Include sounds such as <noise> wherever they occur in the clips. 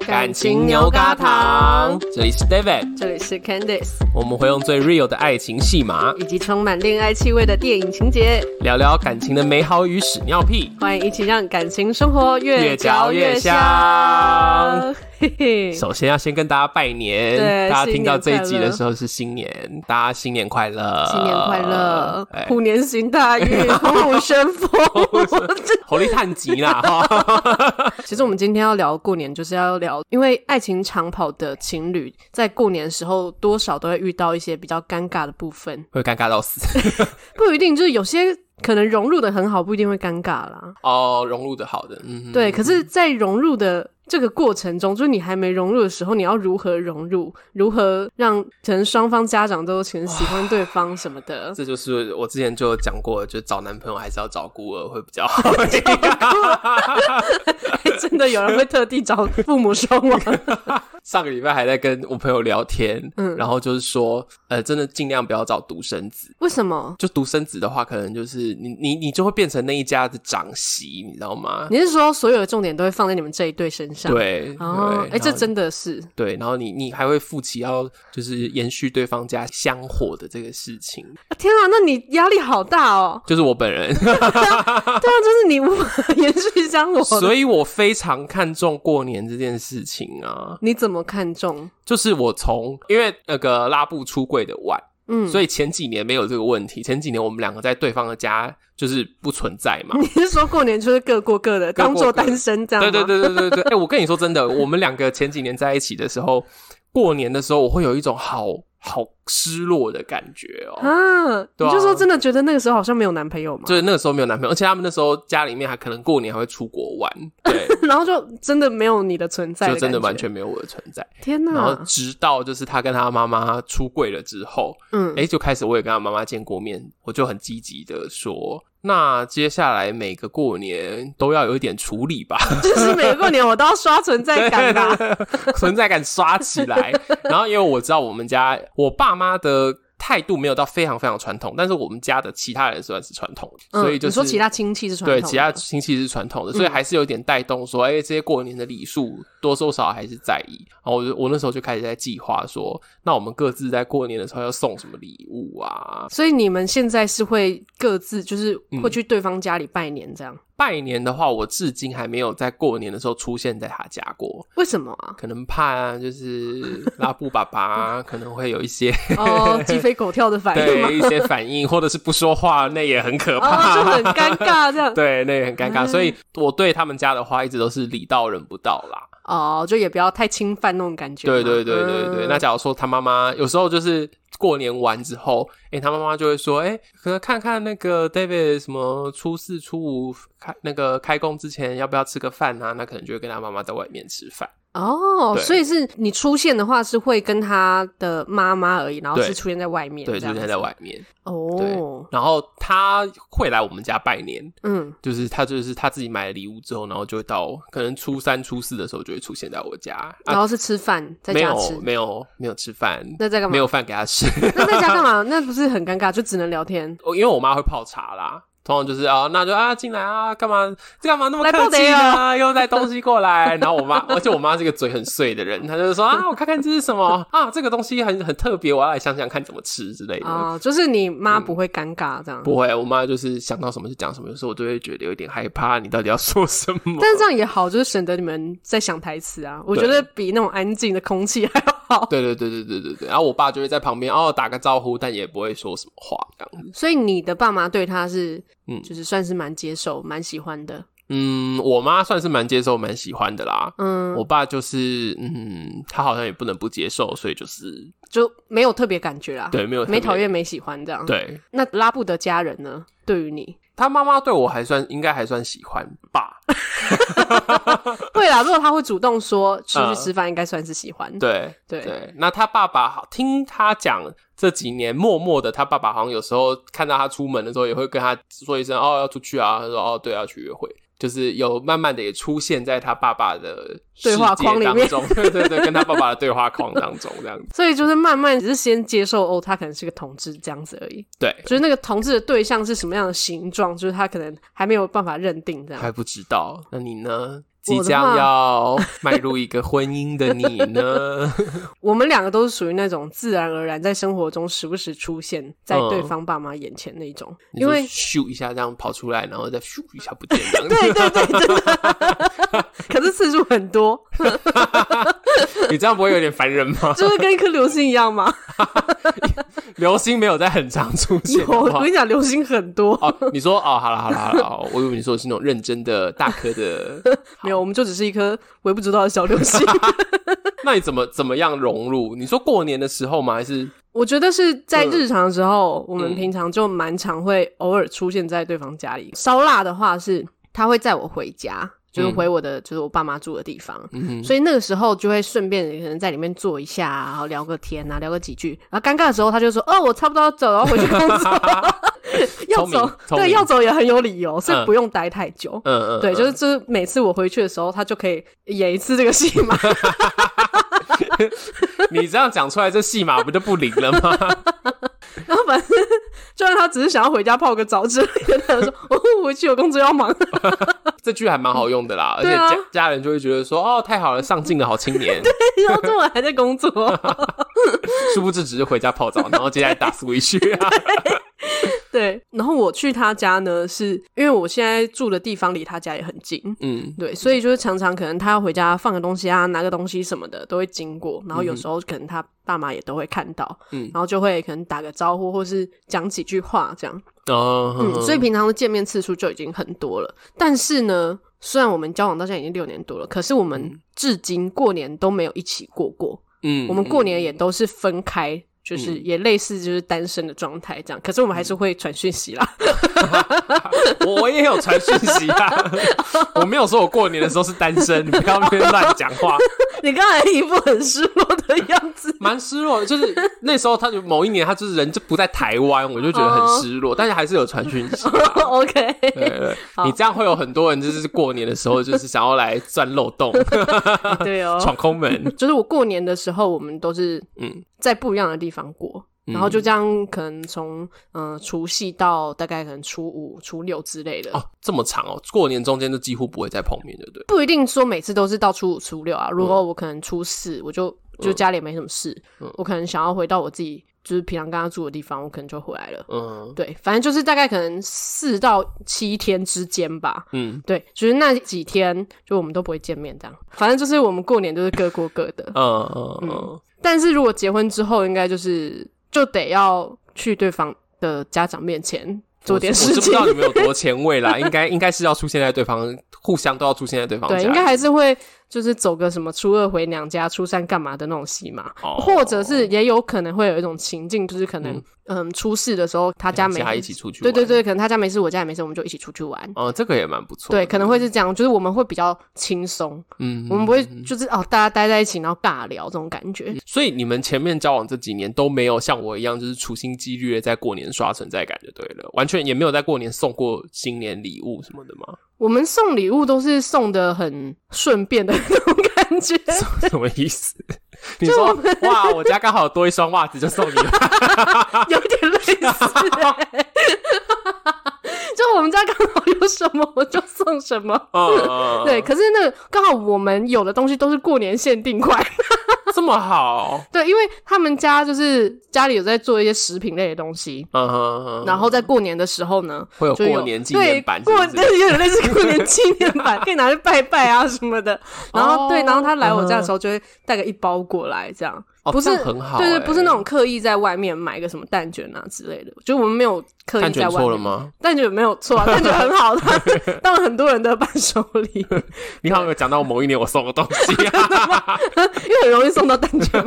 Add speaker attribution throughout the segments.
Speaker 1: 感情牛轧糖，
Speaker 2: 这里是
Speaker 1: <laughs>
Speaker 2: David，
Speaker 1: 这里是 Candice，
Speaker 2: 我们会用最 real 的爱情戏码
Speaker 1: 以及充满恋爱气味的电影情节，
Speaker 2: 聊聊感情的美好与屎尿屁。
Speaker 1: 欢迎一起让感情生活越
Speaker 2: 越嚼
Speaker 1: 嚼
Speaker 2: 越
Speaker 1: 越
Speaker 2: 香
Speaker 1: 香。嘿嘿，
Speaker 2: 首先要先跟大家拜年，
Speaker 1: 对
Speaker 2: 大家听到这一集
Speaker 1: 新年快乐
Speaker 2: 的时候是新年，大家新年快乐，
Speaker 1: 新年快乐
Speaker 2: 哎，
Speaker 1: 虎年行大 <laughs> 运，虎虎生风。
Speaker 2: 猴力探集啦！哈， <laughs>
Speaker 1: 其实我们今天要聊过年，就是要聊，因为爱情长跑的情侣在过年的时候多少都会遇到一些比较尴尬的部分，
Speaker 2: 会尴尬到死 <laughs>
Speaker 1: 不一定就是有些可能融入的很好，不一定会尴尬啦。
Speaker 2: 哦，融入的好的，嗯，
Speaker 1: 对，可是，在融入的这个过程中，就是你还没融入的时候，你要如何融入，如何让可能双方家长都很喜欢对方什么的。
Speaker 2: 这就是我之前就有讲过，就找男朋友还是要找孤儿会比较好。
Speaker 1: <laughs> 真的有人会特地找父母双
Speaker 2: <laughs>
Speaker 1: 亡，
Speaker 2: <laughs> 上个礼拜还在跟我朋友聊天，嗯，然后就是说，呃，真的尽量不要找独生子。
Speaker 1: 为什么？
Speaker 2: 就独生子的话，可能就是你你你就会变成那一家的长媳，你知道吗？
Speaker 1: 你是说所有的重点都会放在你们这一对身上？，
Speaker 2: 对，
Speaker 1: 哦
Speaker 2: 对，
Speaker 1: 哎，这
Speaker 2: 然后
Speaker 1: 真的是，
Speaker 2: 对，然后你你还会负起要就是延续对方家香火的这个事情，
Speaker 1: 啊天啊，那你压力好大哦！
Speaker 2: 就是我
Speaker 1: <laughs>
Speaker 2: 本人，
Speaker 1: 对啊，就是你无法 <laughs> 延续香火的，
Speaker 2: 所以我非常看重过年这件事情啊。
Speaker 1: 你怎么看重？
Speaker 2: 就是我从因为那个拉布出柜的晚，
Speaker 1: 嗯，
Speaker 2: 所以前几年没有这个问题。前几年我们两个在对方的家就是不存在嘛。
Speaker 1: <laughs> 你是说过年就是各过各的，
Speaker 2: 各过
Speaker 1: 当做
Speaker 2: 各的
Speaker 1: 单身这样
Speaker 2: 对
Speaker 1: 吗？
Speaker 2: 对对对
Speaker 1: <laughs>
Speaker 2: 对对，哎、我跟你说真的，我们两个前几年在一起的时候，过年的时候我会有一种好好失落的感觉哦、
Speaker 1: 啊，
Speaker 2: 对
Speaker 1: 你
Speaker 2: 啊
Speaker 1: 就说真的觉得那个时候好像没有男朋友嘛，
Speaker 2: 就是那个时候没有男朋友，而且他们那时候家里面还可能过年还会出国
Speaker 1: <laughs>
Speaker 2: 玩，对，
Speaker 1: <laughs> 然后就真的没有你的存在
Speaker 2: 就
Speaker 1: 感
Speaker 2: 真的完
Speaker 1: 觉嗯
Speaker 2: 全没有我的存在。
Speaker 1: 天
Speaker 2: 然后
Speaker 1: 哪，
Speaker 2: 直到就是他跟他妈妈出柜了之后，
Speaker 1: 嗯
Speaker 2: 哎、，就开始我也跟他妈妈见过面，我就很积极的说，那接下来每个过年都要有一点处理吧，
Speaker 1: <laughs>
Speaker 2: <laughs>
Speaker 1: 就是每个过年我都要刷存在感吧，
Speaker 2: 存在感刷起来。然后因为我知道我们家我爸妈的。态度没有到非常非常传统，但是我们家的其他人算是传统
Speaker 1: 嗯
Speaker 2: 的，所以就是
Speaker 1: 你说其他亲戚是传统
Speaker 2: 对
Speaker 1: 的，嗯
Speaker 2: 其他亲戚是传统的，所以还是有点带动说，哎、这些过年的礼数多多少少还是在意。然后我就我那时候就开始在计划说，那我们各自在过年的时候要送什么礼物啊？
Speaker 1: 所以你们现在是会各自就是会去对方家里拜年这样，
Speaker 2: 拜年的话，我至今还没有在过年的时候出现在他家过，
Speaker 1: 为什么
Speaker 2: <laughs>
Speaker 1: 啊？
Speaker 2: 可能怕就是拉布爸爸可能会有一些
Speaker 1: 哦，鸡飞狗跳的反应吗？
Speaker 2: 对一些反应，或者是不说话，那也很可
Speaker 1: 哦，
Speaker 2: 怕，
Speaker 1: 就很尴。尬这样。
Speaker 2: <laughs> 对，那也很尴尬，
Speaker 1: 哎
Speaker 2: 所以我对他们家的话一直都是礼到人不到啦。
Speaker 1: 哦，就也不要太侵犯那种感觉嘛。
Speaker 2: 对对对对
Speaker 1: 嗯
Speaker 2: 对。那假如说他妈妈有时候就是过年完之后，诶、他妈妈就会说，诶、可能看看那个 David 什么初四初五开那个开工之前要不要吃个饭啊？那可能就会跟他妈妈在外面吃饭。
Speaker 1: 哦，
Speaker 2: 对
Speaker 1: 所以是你出现的话是会跟他的妈妈而已，然后
Speaker 2: 对
Speaker 1: 是出现在外面，
Speaker 2: 对，
Speaker 1: 这
Speaker 2: 就
Speaker 1: 样
Speaker 2: 是他在外面。
Speaker 1: 哦，
Speaker 2: 然后他会来我们家拜年，
Speaker 1: 嗯，
Speaker 2: 就是他就是他自己买了礼物之后，然后就会到可能初三初四的时候就会出现在我家
Speaker 1: 然
Speaker 2: 啊。
Speaker 1: 后是吃饭，在
Speaker 2: 没
Speaker 1: 家
Speaker 2: 有
Speaker 1: 吃，
Speaker 2: 没有没有吃饭，
Speaker 1: 那在干
Speaker 2: 没
Speaker 1: 嘛？
Speaker 2: 有饭给他吃。
Speaker 1: 那在家干嘛？ <laughs> 那不是很尴尬，就只能聊
Speaker 2: <laughs>
Speaker 1: 天。
Speaker 2: 我因为我妈会泡茶啦，通常就是啊，那就啊进来啊，干嘛干嘛那么
Speaker 1: 来
Speaker 2: 客
Speaker 1: 泡茶
Speaker 2: 气呢？又带东西过来，然后我妈，而且我妈是个嘴很碎的人，她就是说啊，我看看这是什么啊，这个东西很很特别，我要来想想看怎么吃之类的。
Speaker 1: 哦，就是你妈不会尴尬这样，
Speaker 2: 不会，我妈就是想到什么就讲什么，有时候我就会觉得有点害怕，你到底要说什么？
Speaker 1: 但是这样也好，就是省得你们在想台词啊。我觉得比那种安静的空气
Speaker 2: <laughs>
Speaker 1: 还要好。
Speaker 2: 对对对对对对对，然后我爸就会在旁边哦打个招呼，但也不会说什么话这样子。
Speaker 1: 所以你的爸妈对他是，
Speaker 2: 嗯
Speaker 1: 就是算是蛮接受、蛮喜欢的。
Speaker 2: 嗯，我妈算是蛮接受、蛮喜欢的啦。
Speaker 1: 嗯，
Speaker 2: 我爸就是嗯，他好像也不能不接受，所以就是
Speaker 1: 就没有特别感觉啦。啊
Speaker 2: <laughs> 对，没有特
Speaker 1: 没
Speaker 2: 别
Speaker 1: 讨厌没喜欢这样。，
Speaker 2: 对，
Speaker 1: 那拉布的家人呢？对于你，
Speaker 2: 他妈妈对我还算应该还算喜欢
Speaker 1: <laughs>
Speaker 2: 吧？
Speaker 1: 对啦，如果他会主动说出
Speaker 2: 嗯
Speaker 1: 去吃饭，应该算是喜欢。
Speaker 2: 对
Speaker 1: 对
Speaker 2: 对，那他爸爸好听他讲这几年默默的，他爸爸好像有时候看到他出门的时候，也会跟他说一声哦要出去啊，他说哦对要去约会。就是有慢慢的也出现在他爸爸的
Speaker 1: 对话
Speaker 2: 世界
Speaker 1: 框里面
Speaker 2: 当中，对对对，跟他爸爸的对话框当中这样子，
Speaker 1: 所以就是慢慢只是先接受哦，他可能是个同志这样子而已。 <laughs>
Speaker 2: 对，
Speaker 1: 就是那个同志的对象是什么样的形状，就是他可能还没有办法认定这样。
Speaker 2: 还不知道。那你呢？
Speaker 1: 我
Speaker 2: 即
Speaker 1: 的
Speaker 2: 将
Speaker 1: 话
Speaker 2: 要迈入一个婚姻的你呢？
Speaker 1: 我们两个都是属于那种自然而然在生活中时不时出现在对方爸妈眼前那种，
Speaker 2: 嗯你
Speaker 1: 因
Speaker 2: 就
Speaker 1: 为。
Speaker 2: 咻一下这样跑出来，然后再咻一下不见这样子。
Speaker 1: 对对对，真
Speaker 2: <laughs>
Speaker 1: 的，可是次数很多，
Speaker 2: <laughs> 你这样不会有点烦人吗？
Speaker 1: 就是跟一颗流星一样嘛。
Speaker 2: <laughs> 流星没有在很常出现
Speaker 1: 有，
Speaker 2: 好不
Speaker 1: 我
Speaker 2: 好
Speaker 1: 跟你讲，流星很多，
Speaker 2: 哦，你说哦，好了好了好了，好我以为你说的是那种认真的大颗 <laughs> 的，
Speaker 1: 没有，我们就只是一颗微不足道的小流星。
Speaker 2: 那你怎么怎么样融入？你说过年的时候吗？还是
Speaker 1: 我觉得是在
Speaker 2: 嗯
Speaker 1: 日常的时候，我们
Speaker 2: 嗯
Speaker 1: 平常就蛮常会偶尔出现在对方家里。烧腊的话是，他会载我回家，就是
Speaker 2: 嗯
Speaker 1: 回我的，就是我爸妈住的地方。
Speaker 2: 嗯哼
Speaker 1: 所以那个时候就会顺便可能在里面坐一下、啊，然后聊个天啊，聊个几句。然后尴尬的时候，他就说：“哦，我差不多要走了，我要回去工
Speaker 2: <laughs>
Speaker 1: 作，要
Speaker 2: 聪明
Speaker 1: 走，
Speaker 2: 聪
Speaker 1: 对，
Speaker 2: 明
Speaker 1: 要走也很有理由，所
Speaker 2: 嗯
Speaker 1: 以不用待太久。
Speaker 2: 嗯嗯，
Speaker 1: 对，就是是就是每次我回去的时候，他就可以演一次这个戏嘛。
Speaker 2: 你这样讲出来，这戏码不就不灵了吗？ <laughs>
Speaker 1: 然后反正 <laughs> 就算他只是想要回家泡个澡之类的，他就说：“哦，我回去有工作要忙。
Speaker 2: 这句还蛮好用的啦，而且
Speaker 1: 对啊
Speaker 2: 家家人就会觉得说，哦，太好了，上进的好青 <laughs> 年。”
Speaker 1: <laughs> 然后中午还在工作， <laughs>
Speaker 2: 殊不知只是回家泡澡，然后接下来打 Switch 啊。 <laughs>
Speaker 1: 对。然后我去他家呢，是因为我现在住的地方离他家也很近，
Speaker 2: 嗯，
Speaker 1: 对，所以就是常常可能他要回家放个东西啊，拿个东西什么的都会经过，然后有时候可能他爸妈也都会看到，
Speaker 2: 嗯
Speaker 1: 然后就会可能打个招呼或是讲几句话这样，
Speaker 2: 哦，
Speaker 1: 嗯，所以平常的见面次数就已经很多了。但是呢，虽然我们交往到现在已经六年多了，可是我们至今过年都没有一起过过，
Speaker 2: 嗯
Speaker 1: 我们过年也都是分开。就是也类似就是单身的状态这样，可是我们还是会传讯息
Speaker 2: 嗯
Speaker 1: 啦。
Speaker 2: 我我也有传讯息啊，我没有说我过年的时候是单身，你不要那边乱讲话，
Speaker 1: 你刚才一副很失落的样子， <laughs>
Speaker 2: 蛮失落的。就是那时候他就某一年他就是人就不在台湾，我就觉得很失落，但是还是有传讯息。
Speaker 1: 哦
Speaker 2: 啊
Speaker 1: OK，
Speaker 2: 对对对，你这样会有很多人就是过年的时候就是想要来钻漏
Speaker 1: <laughs>
Speaker 2: 洞、
Speaker 1: 对哦，
Speaker 2: 啊闯空门。
Speaker 1: 就是我过年的时候，我们都是
Speaker 2: 嗯
Speaker 1: 在不一样的地方过，然后就这样，可能从嗯、呃除夕到大概可能初五、初六之类的，
Speaker 2: 哦，这么长哦，过年中间就几乎不会再碰面，对不对？
Speaker 1: 不一定说每次都是到初五、初六啊。
Speaker 2: 嗯
Speaker 1: 如果我可能初四，我就就家里也没什么事，
Speaker 2: 嗯
Speaker 1: 我可能想要回到我自己就是平常跟他住的地方，我可能就回来了。
Speaker 2: 嗯
Speaker 1: 对，反正就是大概可能四到七天之间吧。
Speaker 2: 嗯
Speaker 1: 对，就是那几天，就我们都不会见面，这样。反正就是我们过年都是各过各的。
Speaker 2: 嗯嗯嗯
Speaker 1: 嗯，但是如果结婚之后，应该就是就得要去对方的家长面前做点
Speaker 2: 我
Speaker 1: 事
Speaker 2: 是不知
Speaker 1: 情
Speaker 2: 道，你们有多前卫啦，应该应该是要出现在对方，互相都要出现在对方家
Speaker 1: 对，
Speaker 2: 里。
Speaker 1: 应该还是会就是走个什么初二回娘家、初三干嘛的那种戏嘛。
Speaker 2: 哦
Speaker 1: 或者是也有可能会有一种情境，就是可能嗯出事的时候他家没
Speaker 2: 大家
Speaker 1: 事
Speaker 2: 一起出去。
Speaker 1: 对对，对，可能他家没事，我家也没事，我们就一起出去玩。
Speaker 2: 哦，这个也蛮不错的。
Speaker 1: 对，可能会是这样，就是我们会比较轻松，
Speaker 2: 嗯，嗯
Speaker 1: 我们不会就是哦大家待在一起然后尬聊这种感觉。
Speaker 2: 所以你们前面交往这几年都没有像我一样，就是处心积虑的在过年刷存在感就对了，完全也没有在过年送过新年礼物什么的吗？
Speaker 1: 我们送礼物都是送的很顺便的那种感觉，
Speaker 2: 什么意思？
Speaker 1: <laughs>
Speaker 2: 你说哇，我家刚好多一双袜子就送
Speaker 1: <laughs>
Speaker 2: 你了，
Speaker 1: 有点类似、 <laughs> 欸。就我们家刚好有什么我就送什么，
Speaker 2: 嗯嗯嗯
Speaker 1: 对。可是那个刚好我们有的东西都是过年限定款， <laughs>
Speaker 2: 这么好，
Speaker 1: 对，因为他们家就是家里有在做一些食品类的东西。
Speaker 2: 嗯哼，嗯
Speaker 1: 然后在过年的时候呢，
Speaker 2: 会有
Speaker 1: 就有
Speaker 2: 呃过年纪念版，
Speaker 1: 对，过
Speaker 2: 是不是
Speaker 1: 对，有点类似过年纪念版， <laughs> 可以拿去拜拜啊什么
Speaker 2: <laughs>
Speaker 1: 的。然后、
Speaker 2: 哦
Speaker 1: 对，然后他来我家
Speaker 2: 嗯
Speaker 1: 的时候就会带个一包过来，这样、
Speaker 2: 哦
Speaker 1: 不是
Speaker 2: 这样很好
Speaker 1: 对对，
Speaker 2: 欸
Speaker 1: 不是那种刻意在外面买个什么蛋卷啊之类的，就我们没有刻意
Speaker 2: 蛋
Speaker 1: 在
Speaker 2: 卷
Speaker 1: 外
Speaker 2: 错
Speaker 1: 面。
Speaker 2: 了？吗？
Speaker 1: 蛋卷没有错
Speaker 2: <laughs>
Speaker 1: 啊，蛋卷很好，它当很多人的伴手礼，因
Speaker 2: 你好像有讲到某一年我送的东
Speaker 1: <laughs>
Speaker 2: 西、啊，
Speaker 1: 为很容易送到蛋卷，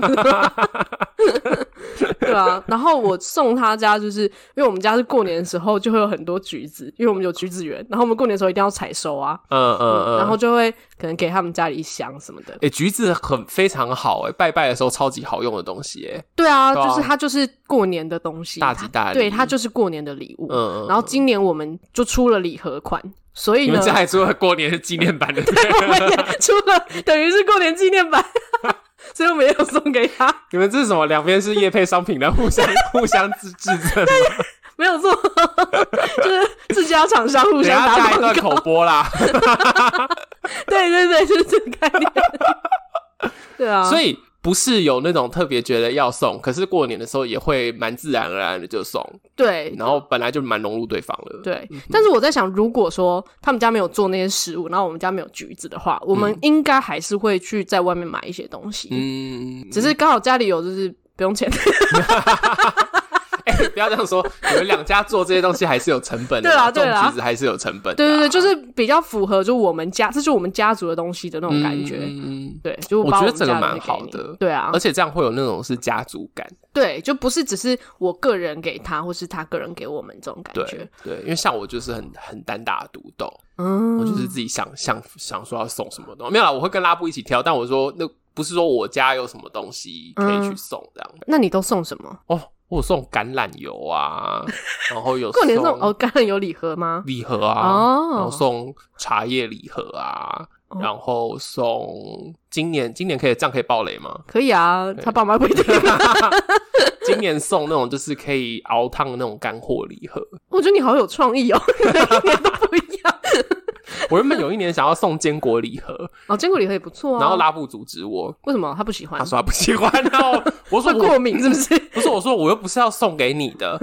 Speaker 1: 对啊，然后我送他家，就是因为我们家是过年的时候就会有很多橘子，因为我们有橘子园，然后我们过年的时候一定要采收啊，
Speaker 2: 嗯嗯嗯，
Speaker 1: 然后就会可能给他们家里一箱什么的。
Speaker 2: 诶、橘子很非常好诶、拜拜的时候超级好用的东西诶、
Speaker 1: 对啊，
Speaker 2: 对啊
Speaker 1: 就是它就是过年的东西，
Speaker 2: 大
Speaker 1: 它
Speaker 2: 吉大利
Speaker 1: 对，它就是过年的礼物。
Speaker 2: 嗯嗯
Speaker 1: 然后今年我们就出了礼盒款，所以
Speaker 2: 你
Speaker 1: 呢
Speaker 2: 们，这还出了过年的纪念版的，
Speaker 1: <laughs> 我们也出了，等于是过年纪念版， <laughs> 所以我们也有送给他，
Speaker 2: 你们这是什么？两边是业配商品的互相 <laughs> 互相制制证吗，
Speaker 1: 没有错， <laughs> 就是自家厂商互
Speaker 2: 等一
Speaker 1: 相
Speaker 2: 下
Speaker 1: 打
Speaker 2: 下一
Speaker 1: 广
Speaker 2: 段
Speaker 1: 告
Speaker 2: 口。播啦。
Speaker 1: 对对对，就是这个概
Speaker 2: <laughs>
Speaker 1: 念。对 <laughs> 啊，
Speaker 2: 所以不是有那种特别觉得要送，可是过年的时候也会蛮自然而然的就送，
Speaker 1: 对
Speaker 2: 然后本来就蛮融入对方了。
Speaker 1: 对，但是我在想，如果说他们家没有做那些食物，然后我们家没有橘子的话，我们应该还是会去在外面买一些东西，
Speaker 2: 嗯，
Speaker 1: 只是刚好家里有，就是不用
Speaker 2: <laughs>
Speaker 1: 钱。
Speaker 2: 哎、不要这样说，你们两家做这些东西还是有成本的
Speaker 1: 对
Speaker 2: 啦，
Speaker 1: 啦对啦
Speaker 2: 种橘子还是有成本的
Speaker 1: 对
Speaker 2: 啊、
Speaker 1: 对对，就是比较符合，就我们家，这就是我们家族的东西的那种
Speaker 2: 嗯
Speaker 1: 感觉。
Speaker 2: 嗯
Speaker 1: 对，就
Speaker 2: 我
Speaker 1: 把
Speaker 2: 觉得
Speaker 1: 们
Speaker 2: 这个
Speaker 1: 家
Speaker 2: 蛮
Speaker 1: 东西给
Speaker 2: 好
Speaker 1: 你
Speaker 2: 的
Speaker 1: 对啊
Speaker 2: 而，且这样会有那种是家族感，
Speaker 1: 对，就不是只是我个人给他，或是他个人给我们这种感
Speaker 2: 对
Speaker 1: 觉。
Speaker 2: 对，因为像我就是很很单打独斗，
Speaker 1: 嗯，
Speaker 2: 我就是自己想想想说要送什么东西，没有啦，我会跟拉布一起挑，但我说那不是说我家有什么东西可以去
Speaker 1: 嗯
Speaker 2: 送这样、
Speaker 1: 那你都送什么？
Speaker 2: 哦，我有送橄榄油啊，然
Speaker 1: <laughs>
Speaker 2: 后有
Speaker 1: 过年送
Speaker 2: 送
Speaker 1: 哦，橄榄油礼盒吗？
Speaker 2: 礼盒啊，
Speaker 1: 哦
Speaker 2: 然后送茶叶礼盒啊，
Speaker 1: 哦
Speaker 2: 然后送今年今年可以这样可以爆雷吗？
Speaker 1: 可以啊，他爸妈不一
Speaker 2: <laughs>
Speaker 1: 定。
Speaker 2: 今年送那种就是可以熬汤的那种干货礼盒。
Speaker 1: 我觉得你好有创意哦， <laughs> 每一年都不一样。
Speaker 2: 我原本有一年想要送坚果礼盒，
Speaker 1: <laughs> 哦，坚果礼盒也不错啊。
Speaker 2: 然后拉布阻止我，
Speaker 1: 为什么他不喜欢
Speaker 2: 他？说他不喜欢，然后
Speaker 1: <laughs>
Speaker 2: 我
Speaker 1: 会
Speaker 2: 说我
Speaker 1: 过敏是不
Speaker 2: <laughs>
Speaker 1: 是？
Speaker 2: 不是我说，我又不是要送给你
Speaker 1: <laughs>
Speaker 2: 的。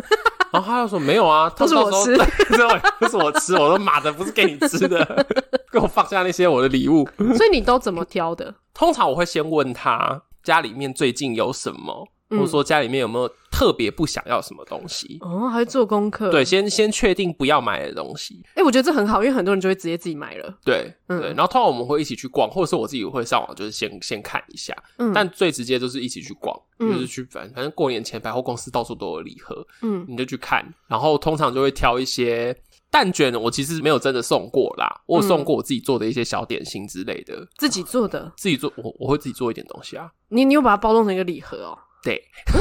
Speaker 2: 然后他又说没有啊，
Speaker 1: 都是我
Speaker 2: <laughs>
Speaker 1: 吃
Speaker 2: 到时候，都是我吃，我说妈的，不是给你
Speaker 1: <laughs>
Speaker 2: 吃的，给我放下那些我的礼物。
Speaker 1: 所以你都怎么挑的？
Speaker 2: 通常我会先问他家里面最近有什么，
Speaker 1: 嗯
Speaker 2: 或者说家里面有没有特别不想要什么东西。
Speaker 1: 哦，还会做功课。
Speaker 2: 对，，先先确定不要买的东西，
Speaker 1: 哎、我觉得这很好，因为很多人就会直接自己买了。
Speaker 2: 对、
Speaker 1: 嗯
Speaker 2: 对。然后通常我们会一起去逛，或者是我自己会上网，就是先先看一下。
Speaker 1: 嗯
Speaker 2: 但最直接就是一起去逛，
Speaker 1: 嗯
Speaker 2: 就是去反反正过年前百货公司到处都有礼盒，
Speaker 1: 嗯
Speaker 2: 你就去看，然后通常就会挑一些蛋卷，我其实没有真的送过啦，我有送过我自己做的一些小点心之类的，
Speaker 1: 自己做的，
Speaker 2: 自己做我我会自己做一点东西啊，
Speaker 1: 你你又把它包装成一个礼盒哦。
Speaker 2: 对
Speaker 1: <gasps>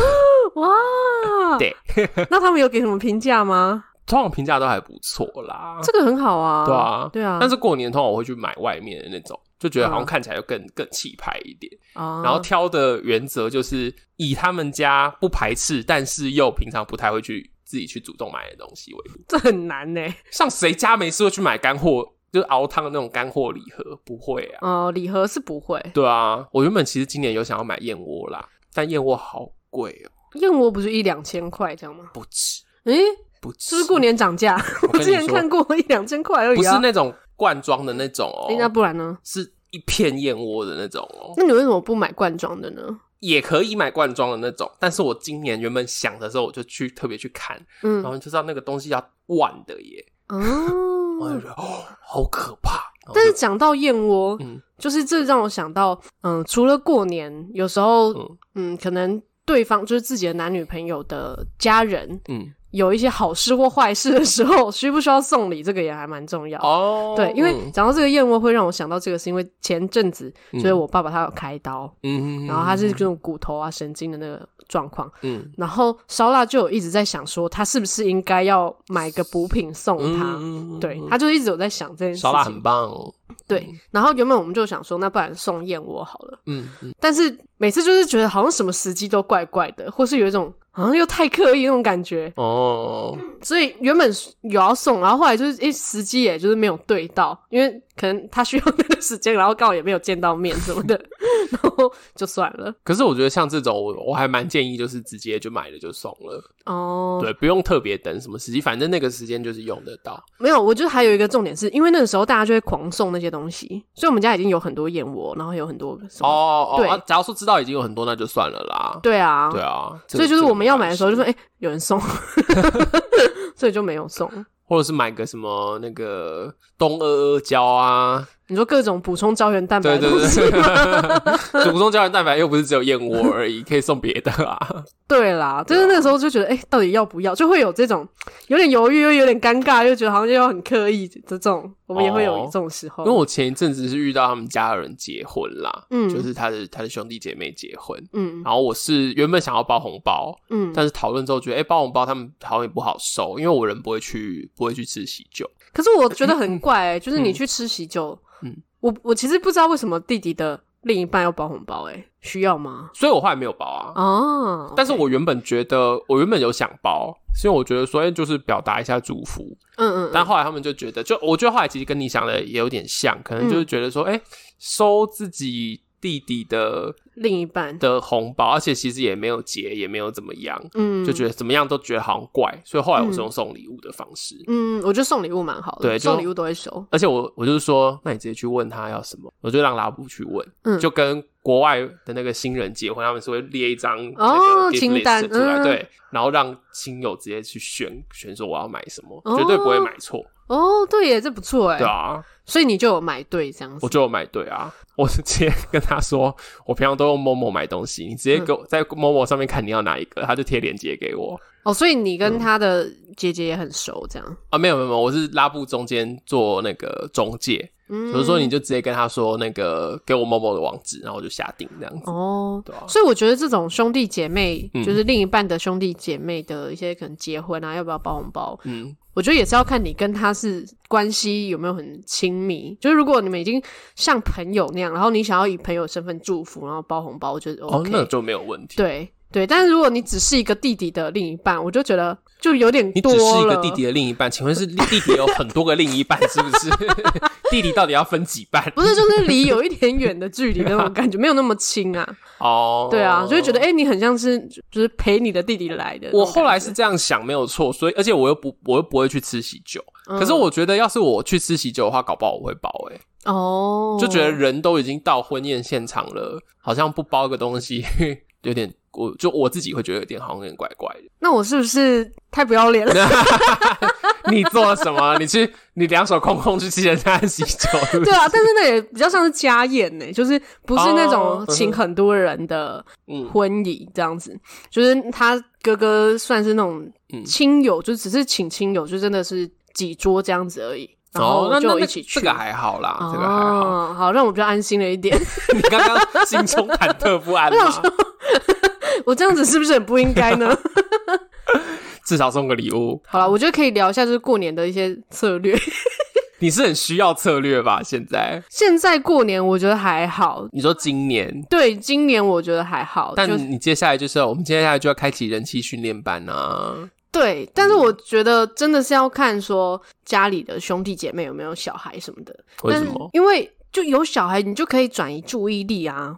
Speaker 1: 哇，
Speaker 2: 对，
Speaker 1: <laughs> 那他们有给什么评价吗？
Speaker 2: 通常评价都还不错啦，
Speaker 1: 这个很好啊。
Speaker 2: 对啊
Speaker 1: 对啊。
Speaker 2: 但
Speaker 1: 是
Speaker 2: 是过年通常我会去买外面的那种，就觉得好像看起来就更更气派一点，
Speaker 1: 啊，
Speaker 2: 然后挑的原则就是以他们家不排斥，但是又平常不太会去自己去主动买的东西为主，
Speaker 1: <laughs> 这很难呢、
Speaker 2: 像谁家没事会去买干货，就是熬汤的那种干货礼盒，不会啊。
Speaker 1: 哦、礼盒是不会，
Speaker 2: 对啊，我原本其实今年有想要买燕窝啦，但燕窝好贵哦、
Speaker 1: 燕窝不是一两千块这样吗？
Speaker 2: 不止
Speaker 1: 诶、
Speaker 2: 不止。
Speaker 1: 是不是过年涨价？
Speaker 2: 我
Speaker 1: 我
Speaker 2: 跟
Speaker 1: 之
Speaker 2: 你
Speaker 1: 前
Speaker 2: 说，
Speaker 1: 看过一两千块而
Speaker 2: 不
Speaker 1: 已、
Speaker 2: 是
Speaker 1: 啊。
Speaker 2: 那种罐装的那种哦、
Speaker 1: 哎诶那不然呢？
Speaker 2: 是一片燕窝的那种哦、
Speaker 1: 那你为什么不买罐装的呢？
Speaker 2: 也可以买罐装的那种。但是我今年原本想的时候，我就去特别去看，然
Speaker 1: 嗯，
Speaker 2: 后就知道那个东西要万的耶， <laughs> 我就
Speaker 1: 哦
Speaker 2: 觉，得哦，好可怕。然后就
Speaker 1: 但是讲到燕窝，
Speaker 2: 嗯
Speaker 1: 就是这让我想到，嗯，除了过年，有时候，
Speaker 2: 嗯
Speaker 1: 嗯可能对方就是自己的男女朋友的家人，
Speaker 2: 嗯
Speaker 1: 有一些好事或坏事的时候，需不需要送礼，这个也还蛮重要。
Speaker 2: 哦，
Speaker 1: 对，因为
Speaker 2: 嗯
Speaker 1: 讲到这个燕窝，会让我想到这个，是因为前阵子，就是我爸爸他有开刀，
Speaker 2: 嗯，
Speaker 1: 然后他是这种骨头啊、神经的那个状况，
Speaker 2: 嗯
Speaker 1: 然后烧腊就有一直在想说，他是不是应该要买个补品送他？
Speaker 2: 嗯
Speaker 1: 对，他就一直有在想这件事
Speaker 2: 烧腊很
Speaker 1: 情。
Speaker 2: 棒，
Speaker 1: 对，然后原本我们就想说，那不然送燕窝好了。
Speaker 2: 嗯嗯，
Speaker 1: 但是每次就是觉得好像什么时机都怪怪的，或是有一种好像又太刻意那种感觉。
Speaker 2: 哦，
Speaker 1: 所以原本有要送，然后后来就是诶、时机也就是没有对到，因为可能他需要那个时间，然后刚好也没有见到面什么的， <laughs> 然后就算了。
Speaker 2: 可是我觉得像这种，我我还蛮建议就是直接就买了就送了，
Speaker 1: 哦，
Speaker 2: 对，不用特别等什么时机，反正那个时间就是用得到。
Speaker 1: 没有，我觉得还有一个重点是，因为那个时候大家就会狂送那些东西，所以我们家已经有很多燕窝，然后有很多什么，
Speaker 2: 哦哦，
Speaker 1: 对
Speaker 2: 啊假如说知道已经有很多，那就算了啦。
Speaker 1: 对啊，
Speaker 2: 对啊，这
Speaker 1: 所
Speaker 2: 个
Speaker 1: 以就是
Speaker 2: 这个
Speaker 1: 我们要买的时候就说，
Speaker 2: 没关系
Speaker 1: 哎、有人送， <laughs> 所以就没有送。
Speaker 2: 或者是买个什么那个东阿阿胶啊，
Speaker 1: 你说各种补充胶原蛋白
Speaker 2: 对
Speaker 1: 的
Speaker 2: 对
Speaker 1: 东西吗？
Speaker 2: <laughs> 对，补充胶原蛋白又不是只有燕窝而已，可以送别的啊。
Speaker 1: 对啦，就是那个时候就觉得，哎、到底要不要，就会有这种有点犹豫，又有点尴尬，又觉得好像又要很刻意的这种，我们也会有
Speaker 2: 哦
Speaker 1: 这种时候。
Speaker 2: 因为我前一阵子是遇到他们家人结婚啦，
Speaker 1: 嗯
Speaker 2: 就是他的他的兄弟姐妹结婚，
Speaker 1: 嗯
Speaker 2: 然后我是原本想要包红包，
Speaker 1: 嗯，
Speaker 2: 但是讨论之后觉得，哎、包红包他们好像也不好收，因为我人不会去，不会去吃喜酒。
Speaker 1: 可是我觉得很怪、欸，就是你去吃喜酒，
Speaker 2: 嗯
Speaker 1: 我我其实不知道为什么弟弟的另一半要包红包、欸，哎，需要吗？
Speaker 2: 所以我后来没有包啊。
Speaker 1: 哦，
Speaker 2: 但是我原本觉得，我原本有想包，是因为我觉得说，哎、就是表达一下祝福。
Speaker 1: 嗯嗯嗯，
Speaker 2: 但后来他们就觉得，就我觉得后来其实跟你想的也有点像，可能
Speaker 1: 嗯
Speaker 2: 就是觉得说，哎、收自己弟弟的
Speaker 1: 另一半，
Speaker 2: 的红包，而且其实也没有结，也没有怎么样，
Speaker 1: 嗯，
Speaker 2: 就觉得怎么样都觉得好像怪。所以后来我是用送礼物的方式，
Speaker 1: 嗯，我觉得送礼物蛮好的，
Speaker 2: 对就
Speaker 1: 送礼物都会收，
Speaker 2: 而且我我就是说，那你直接去问他要什么，我就让拉布去问，
Speaker 1: 嗯
Speaker 2: 就跟国外的那个新人结婚，他们是会列一张
Speaker 1: 哦
Speaker 2: 那个 gift
Speaker 1: 清单
Speaker 2: list 出来，
Speaker 1: 嗯
Speaker 2: 对，然后让亲友直接去选选说我要买什么，
Speaker 1: 哦
Speaker 2: 绝对不会买错，
Speaker 1: 哦，对耶，这不错哎，
Speaker 2: 对啊，
Speaker 1: 所以你就有买对这样子
Speaker 2: 我，就有买对啊，我是直接跟他说，我平常都用 Momo 买东西，你直
Speaker 1: 嗯
Speaker 2: 接给我在 Momo 上面看你要哪一个，他就贴链接给我
Speaker 1: 哦，所以你
Speaker 2: 嗯
Speaker 1: 跟他的姐姐也很熟这样，
Speaker 2: 啊，没有没有没有，我是拉布中间做那个中介，
Speaker 1: 嗯，
Speaker 2: 比如说你就直接跟他说那个给我 Momo 的网址，然后我就下定这样子，
Speaker 1: 哦
Speaker 2: 对啊，
Speaker 1: 所以我觉得这种兄弟姐妹，
Speaker 2: 嗯
Speaker 1: 就是另一半的兄弟姐妹的一些可能结婚啊，要不要包红包？
Speaker 2: 嗯。
Speaker 1: 我觉得也是要看你跟他是关系有没有很亲密。就是如果你们已经像朋友那样，然后你想要以朋友身份祝福，然后包红包，我觉得 OK，、
Speaker 2: 哦，那就没有问题。
Speaker 1: 对对。但是如果你只是一个弟弟的另一半，我就觉得就有点
Speaker 2: 你
Speaker 1: 多
Speaker 2: 只
Speaker 1: 了。
Speaker 2: 是一个弟弟的另一半，请问是弟弟有很多个另一半，是不是？ <laughs> 弟弟到底要分几半？
Speaker 1: 不是，就是离有一点远的
Speaker 2: <laughs>
Speaker 1: 距离那种感觉，没有那么亲啊。
Speaker 2: 哦，
Speaker 1: <laughs> 对啊，就会觉得哎、诶你很像是就是陪你的弟弟来的那种感觉。
Speaker 2: 我后来是这样想，没有错。所以，而且我又不，我又不会去吃喜酒。
Speaker 1: 嗯
Speaker 2: 可是我觉得，要是我去吃喜酒的话，搞不好我会包、欸。
Speaker 1: 哦，
Speaker 2: 就觉得人都已经到婚宴现场了，好像不包个东西，有点，我就我自己会觉得有点好像有点怪怪的。
Speaker 1: 那我是不是太不要脸
Speaker 2: <laughs>
Speaker 1: 了？
Speaker 2: 你做了什么？你去，你两手空空去吃人家的 <laughs> 喜酒，是不是
Speaker 1: 对啊，但是那也比较像是家宴呢、就是不是那
Speaker 2: 哦
Speaker 1: 种请很多人的
Speaker 2: 嗯
Speaker 1: 婚礼这样子，就是他哥哥算是那种
Speaker 2: 嗯
Speaker 1: 亲友，就只是请亲友，就真的是几桌这样子而已，然
Speaker 2: 哦，
Speaker 1: 后
Speaker 2: 那那
Speaker 1: 就
Speaker 2: 那
Speaker 1: 一起去。
Speaker 2: 这个还好啦，这个还好。
Speaker 1: 哦，好，让我比较安心了一点。 <laughs>
Speaker 2: <laughs> 你刚刚心中忐忑不安吗？
Speaker 1: 我这样子是不是很不应该
Speaker 2: <laughs>
Speaker 1: 呢？
Speaker 2: 至少送个礼物，
Speaker 1: 好了，我觉得可以聊一下，就是过年的一些策略。
Speaker 2: 你是很需要策略吧？现在
Speaker 1: 现在过年我觉得还好，
Speaker 2: 你说今年，
Speaker 1: 对，今年我觉得还好，
Speaker 2: 但
Speaker 1: 就是
Speaker 2: 你接下来就是我们接下来就要开启人气训练班啊。
Speaker 1: 对，但是我觉得真的是要看说家里的兄弟姐妹有没有小孩什么的。
Speaker 2: 为什
Speaker 1: 但是
Speaker 2: 么？
Speaker 1: 因为就有小孩，你就可以转移注意力啊。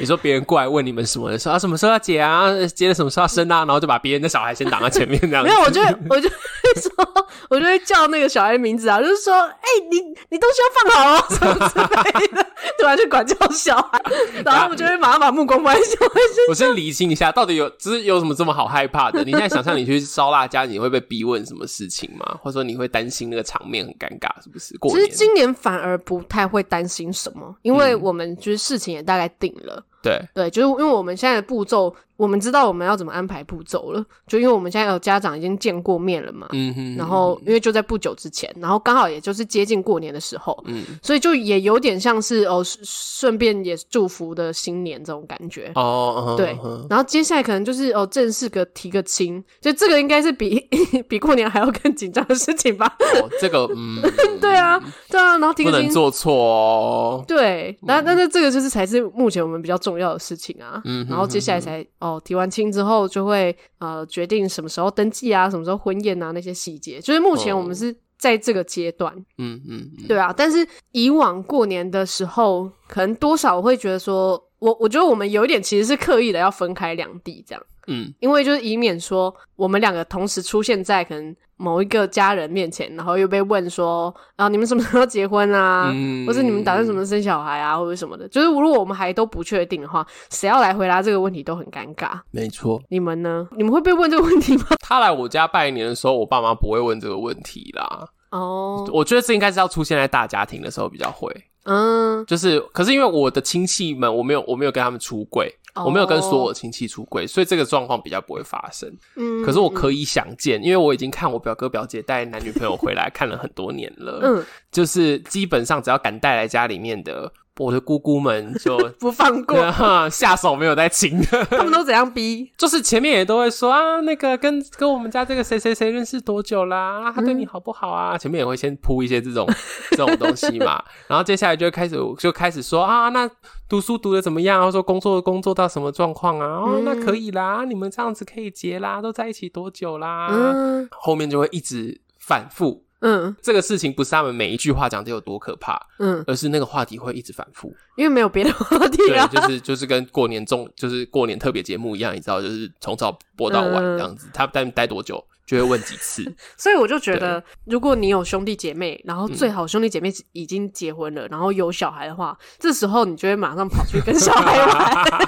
Speaker 2: 你说别人过来问你们什么的时候啊，什么时候要结啊？结了什么时候要生啊？然后就把别人的小孩先挡在前面这样
Speaker 1: 没
Speaker 2: <laughs> 子。
Speaker 1: 有，我就会我就会说，我就会叫那个小孩名字啊，就是说，哎、你你东西要放好哦，什么之类的，突然就管教小孩，然后我们就会马上把目光放在小孩身
Speaker 2: 我先理清一下，到底有就是有什么这么好害怕 <laughs> 的？你现在想象你去烧腊家，你会被逼问什么事情吗？或者说你会担心那个场面很尴尬，是不是？过
Speaker 1: 其实
Speaker 2: 年
Speaker 1: 今年反而不太会担心什么，因为
Speaker 2: 嗯
Speaker 1: 我们就是事情也大概定了。
Speaker 2: 对，
Speaker 1: 对，就是因为我们现在的步骤，我们知道我们要怎么安排步骤了。就因为我们现在有家长已经见过面了嘛，
Speaker 2: 嗯哼，
Speaker 1: 然后因为就在不久之前，然后刚好也就是接近过年的时候，
Speaker 2: 嗯
Speaker 1: 所以就也有点像是哦，顺顺便也祝福的新年这种感觉。
Speaker 2: 哦，嗯
Speaker 1: 对
Speaker 2: 嗯嗯，
Speaker 1: 然后接下来可能就是哦，正式个提个亲，就这个应该是比 <laughs> 比过年还要更紧张的事情吧？ <laughs>
Speaker 2: 哦，这个嗯，
Speaker 1: 对啊，对啊，然后提
Speaker 2: 不
Speaker 1: 个
Speaker 2: 能
Speaker 1: 亲，
Speaker 2: 做错哦。
Speaker 1: 对，那但是这个就是才是目前我们比较重要的事情啊。
Speaker 2: 嗯哼
Speaker 1: 然后接下来才哦，提完亲之后就会呃决定什么时候登记啊，什么时候婚宴啊那些细节。就是目前
Speaker 2: 哦
Speaker 1: 我们是在这个阶段，
Speaker 2: 嗯嗯嗯，
Speaker 1: 对啊。但是以往过年的时候，可能多少我会觉得说，我我觉得我们有一点其实是刻意的要分开两地这样。
Speaker 2: 嗯，
Speaker 1: 因为就是以免说我们两个同时出现在可能某一个家人面前，然后又被问说啊你们什么时候结婚啊，
Speaker 2: 嗯
Speaker 1: 或是你们打算什么时候生小孩啊，或者什么的。就是如果我们还都不确定的话，谁要来回答这个问题都很尴尬。
Speaker 2: 没错。
Speaker 1: 你
Speaker 2: <laughs>
Speaker 1: 们呢？你们会被问这个问题吗？
Speaker 2: 他来我家拜年的时候，我爸妈不会问这个问题啦。
Speaker 1: 哦，
Speaker 2: 我觉得这应该是要出现在大家庭的时候比较会，
Speaker 1: 嗯，
Speaker 2: 就是可是因为我的亲戚们，我没有我没有跟他们出柜，
Speaker 1: 哦
Speaker 2: 我没有跟所有亲戚出柜，所以这个状况比较不会发生。
Speaker 1: 嗯，
Speaker 2: 可是我可以想见，因为我已经看我表哥表姐带男女朋友回来看了很多年了，
Speaker 1: 嗯
Speaker 2: 就是基本上只要敢带来家里面的，我的姑姑们就
Speaker 1: 不放过，
Speaker 2: <laughs> 下手没有
Speaker 1: <laughs>
Speaker 2: 在轻的。
Speaker 1: 他们都怎样
Speaker 2: <laughs>
Speaker 1: 逼？
Speaker 2: 就是前面也都会说啊，那个跟跟我们家这个谁谁谁认识多久啦、
Speaker 1: 嗯
Speaker 2: 啊他对你好不好啊？前面也会先铺一些这种 <laughs> 这种东西嘛，然后接下来就会开始就开始说啊，那读书读的怎么样？然后说工作工作到什么状况啊？
Speaker 1: 嗯
Speaker 2: 哦，那可以啦，你们这样子可以结啦，都在一起多久啦？
Speaker 1: 嗯
Speaker 2: 后面就会一直反复。
Speaker 1: 嗯
Speaker 2: 这个事情不是他们每一句话讲的有多可怕，
Speaker 1: 嗯，
Speaker 2: 而是那个话题会一直反复。
Speaker 1: 因为没有别的话题
Speaker 2: 对
Speaker 1: 啊，，
Speaker 2: 就是就是跟过年中就是过年特别节目一样，你知道，就是从早播到晚
Speaker 1: 嗯
Speaker 2: 这样子。他待待多久就会问几次，
Speaker 1: 所以我就觉得，如果你有兄弟姐妹，然后
Speaker 2: 嗯
Speaker 1: 最好兄弟姐妹已经结婚了，然后有小孩的
Speaker 2: <laughs>
Speaker 1: 话，这时候你就会马上跑去跟小孩玩，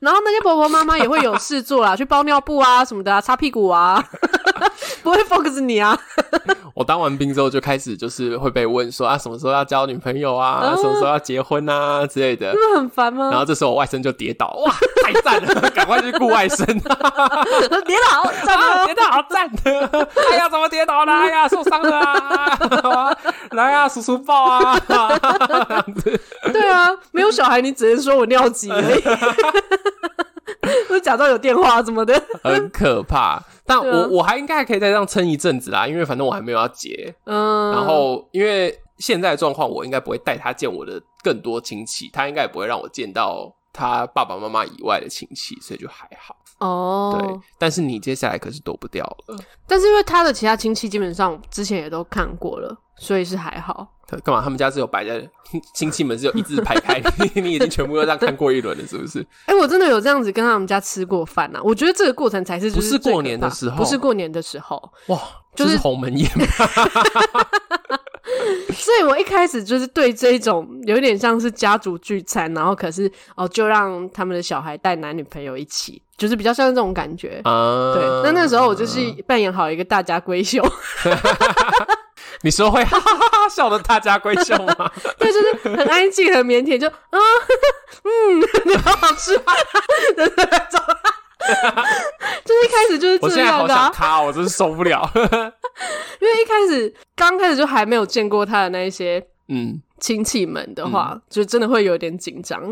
Speaker 1: 然后那些婆婆妈妈也会有事做啦，去包尿布啊什么的啊，擦屁股啊， <laughs> 不会 focus 你啊，
Speaker 2: 我当完兵之后就开始就是会被问说啊，什么时候要交女朋友啊，
Speaker 1: 啊
Speaker 2: 什么时候要结婚啊之类的。
Speaker 1: 那很烦
Speaker 2: 然
Speaker 1: 吗？
Speaker 2: 后这时候我外甥就跌倒，哇，太赞了，赶快去顾外甥，
Speaker 1: 别老站
Speaker 2: <laughs> 啊， <laughs>
Speaker 1: 了，
Speaker 2: 跌倒好赞！哎呀，怎么跌倒了？哎呀，受伤了啊！ <laughs> 来啊，叔叔抱啊！
Speaker 1: 对啊，没有小孩，你只能说我尿急而已， <laughs> 我假装有电话怎么的，
Speaker 2: 很可怕。但
Speaker 1: 对啊
Speaker 2: 我我还应该还可以再这样撑一阵子啦，因为反正我还没有要结。
Speaker 1: 嗯，
Speaker 2: 然后因为现在的状况，我应该不会带他见我的更多亲戚，他应该也不会让我见到他爸爸妈妈以外的亲戚，所以就还好。
Speaker 1: 哦，
Speaker 2: 对，但是你接下来可是躲不掉了。
Speaker 1: 但是因为他的其他亲戚基本上之前也都看过了，所以是还好。
Speaker 2: 他干嘛？他们家是有摆在亲戚们是有一字排开， <laughs> 你你已经全部都这样看过一轮了，是不是？
Speaker 1: 哎、我真的有这样子跟他们家吃过饭啊！我觉得这个过程才是就
Speaker 2: 不是
Speaker 1: 是
Speaker 2: 过
Speaker 1: 最可
Speaker 2: 年
Speaker 1: 怕
Speaker 2: 的时候
Speaker 1: 不是过年的时候，
Speaker 2: 哇，
Speaker 1: 就
Speaker 2: 这
Speaker 1: 是
Speaker 2: 是鸿门宴吗，
Speaker 1: 所以我一开始就是对这一种有点像是家族聚餐，然后可是哦就让他们的小孩带男女朋友一起，就是比较像这种感觉。
Speaker 2: 啊，
Speaker 1: <laughs> 对，那那时候我就是
Speaker 2: 嗯
Speaker 1: 扮演好一个大家闺秀， <laughs>
Speaker 2: 你说会哈哈哈哈 <laughs> 笑的大家闺秀
Speaker 1: <laughs>
Speaker 2: 吗？
Speaker 1: 对，就是很安静、很腼腆，就啊，嗯， <laughs> 好好吃 <laughs> 饭，对对对，走啦 <laughs> 就是一开始就是
Speaker 2: 我
Speaker 1: 这
Speaker 2: 现在
Speaker 1: 样
Speaker 2: 好
Speaker 1: 的、啊
Speaker 2: 想，卡，我真是受
Speaker 1: <laughs>
Speaker 2: 不了。
Speaker 1: 因为一开始刚开始就还没有见过他的那一些
Speaker 2: 嗯，
Speaker 1: 亲戚们的话，就真的会有点紧张，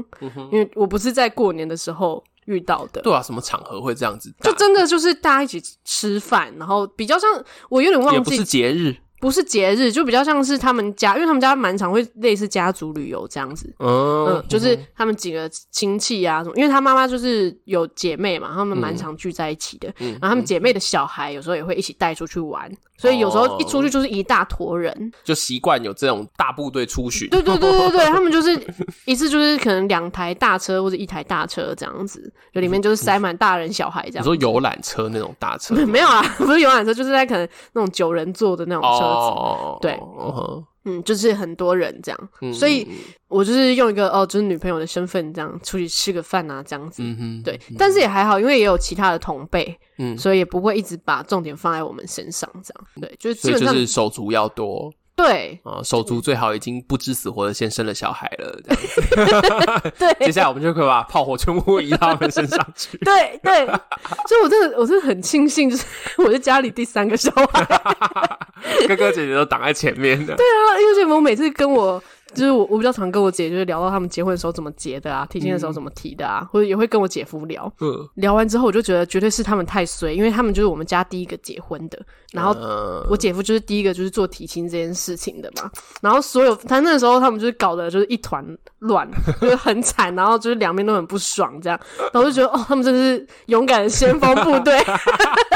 Speaker 1: 因为我不是在过年的时候遇到的。
Speaker 2: 嗯对啊，什么场合会这样子打？
Speaker 1: 就真的就是大家一起吃饭，然后比较像我有点
Speaker 2: 也
Speaker 1: 忘
Speaker 2: 不
Speaker 1: 记
Speaker 2: 是节日，
Speaker 1: 不是节日，就比较像是他们家，因为他们家蛮常会类似家族旅游这样子，
Speaker 2: 嗯
Speaker 1: 嗯，，就是他们几个亲戚啊什么，因为他妈妈就是有姐妹嘛，他们
Speaker 2: 嗯
Speaker 1: 蛮常聚在一起的。然后他们姐妹的小孩有时候也会一起带出去玩，所以有时
Speaker 2: 哦
Speaker 1: 候一出去就是一大坨人。
Speaker 2: 就习惯有这种大部队出巡。
Speaker 1: 对对对对
Speaker 2: <laughs>
Speaker 1: 对，他们就是一次就是可能两台大车或者一台大车这样子，就里面就是塞满大人小孩这
Speaker 2: 你
Speaker 1: 样。
Speaker 2: 说游览车那种大车
Speaker 1: <laughs> 没有啊，不是游览车，就是在可能那种九人座的那种车子，
Speaker 2: 哦，
Speaker 1: 对
Speaker 2: 哦，
Speaker 1: 嗯，就是很多人这样。
Speaker 2: 嗯
Speaker 1: 所以我就是用一个哦，就是女朋友的身份这样出去吃个饭啊，这样子。
Speaker 2: 嗯哼，
Speaker 1: 对，但是也还好，因为也有其他的同辈，
Speaker 2: 嗯
Speaker 1: 所以也不会一直把重点放在我们身上，这样对，就是基
Speaker 2: 所以
Speaker 1: 本
Speaker 2: 就
Speaker 1: 上、
Speaker 2: 是手足要多
Speaker 1: 对
Speaker 2: 啊，手足最好已经不知死活的先生了小孩了，这样子。接
Speaker 1: <laughs> 对。
Speaker 2: 下来我们就可以把炮火全部移到他们身上去
Speaker 1: <laughs> 对对，所以我真的我真的很庆幸，就是我是家里第三个小孩，
Speaker 2: 哥哥姐姐都挡在前面的，
Speaker 1: 对啊，因为我每次跟我就是我我比较常跟我姐就是聊到他们结婚的时候怎么结的啊，提亲的时候怎么提的啊，或者也会跟我姐夫聊。
Speaker 2: 嗯，
Speaker 1: 聊完之后，我就觉得绝对是他们太衰，因为他们就是我们家第一个结婚的，然后
Speaker 2: 嗯
Speaker 1: 我姐夫就是第一个就是做提亲这件事情的嘛，然后所有他那时候他们就是搞的就是一团乱，就是很惨，然后就是两边都很不爽这样，然后我就觉得哦，他们真的是勇敢的先锋部队，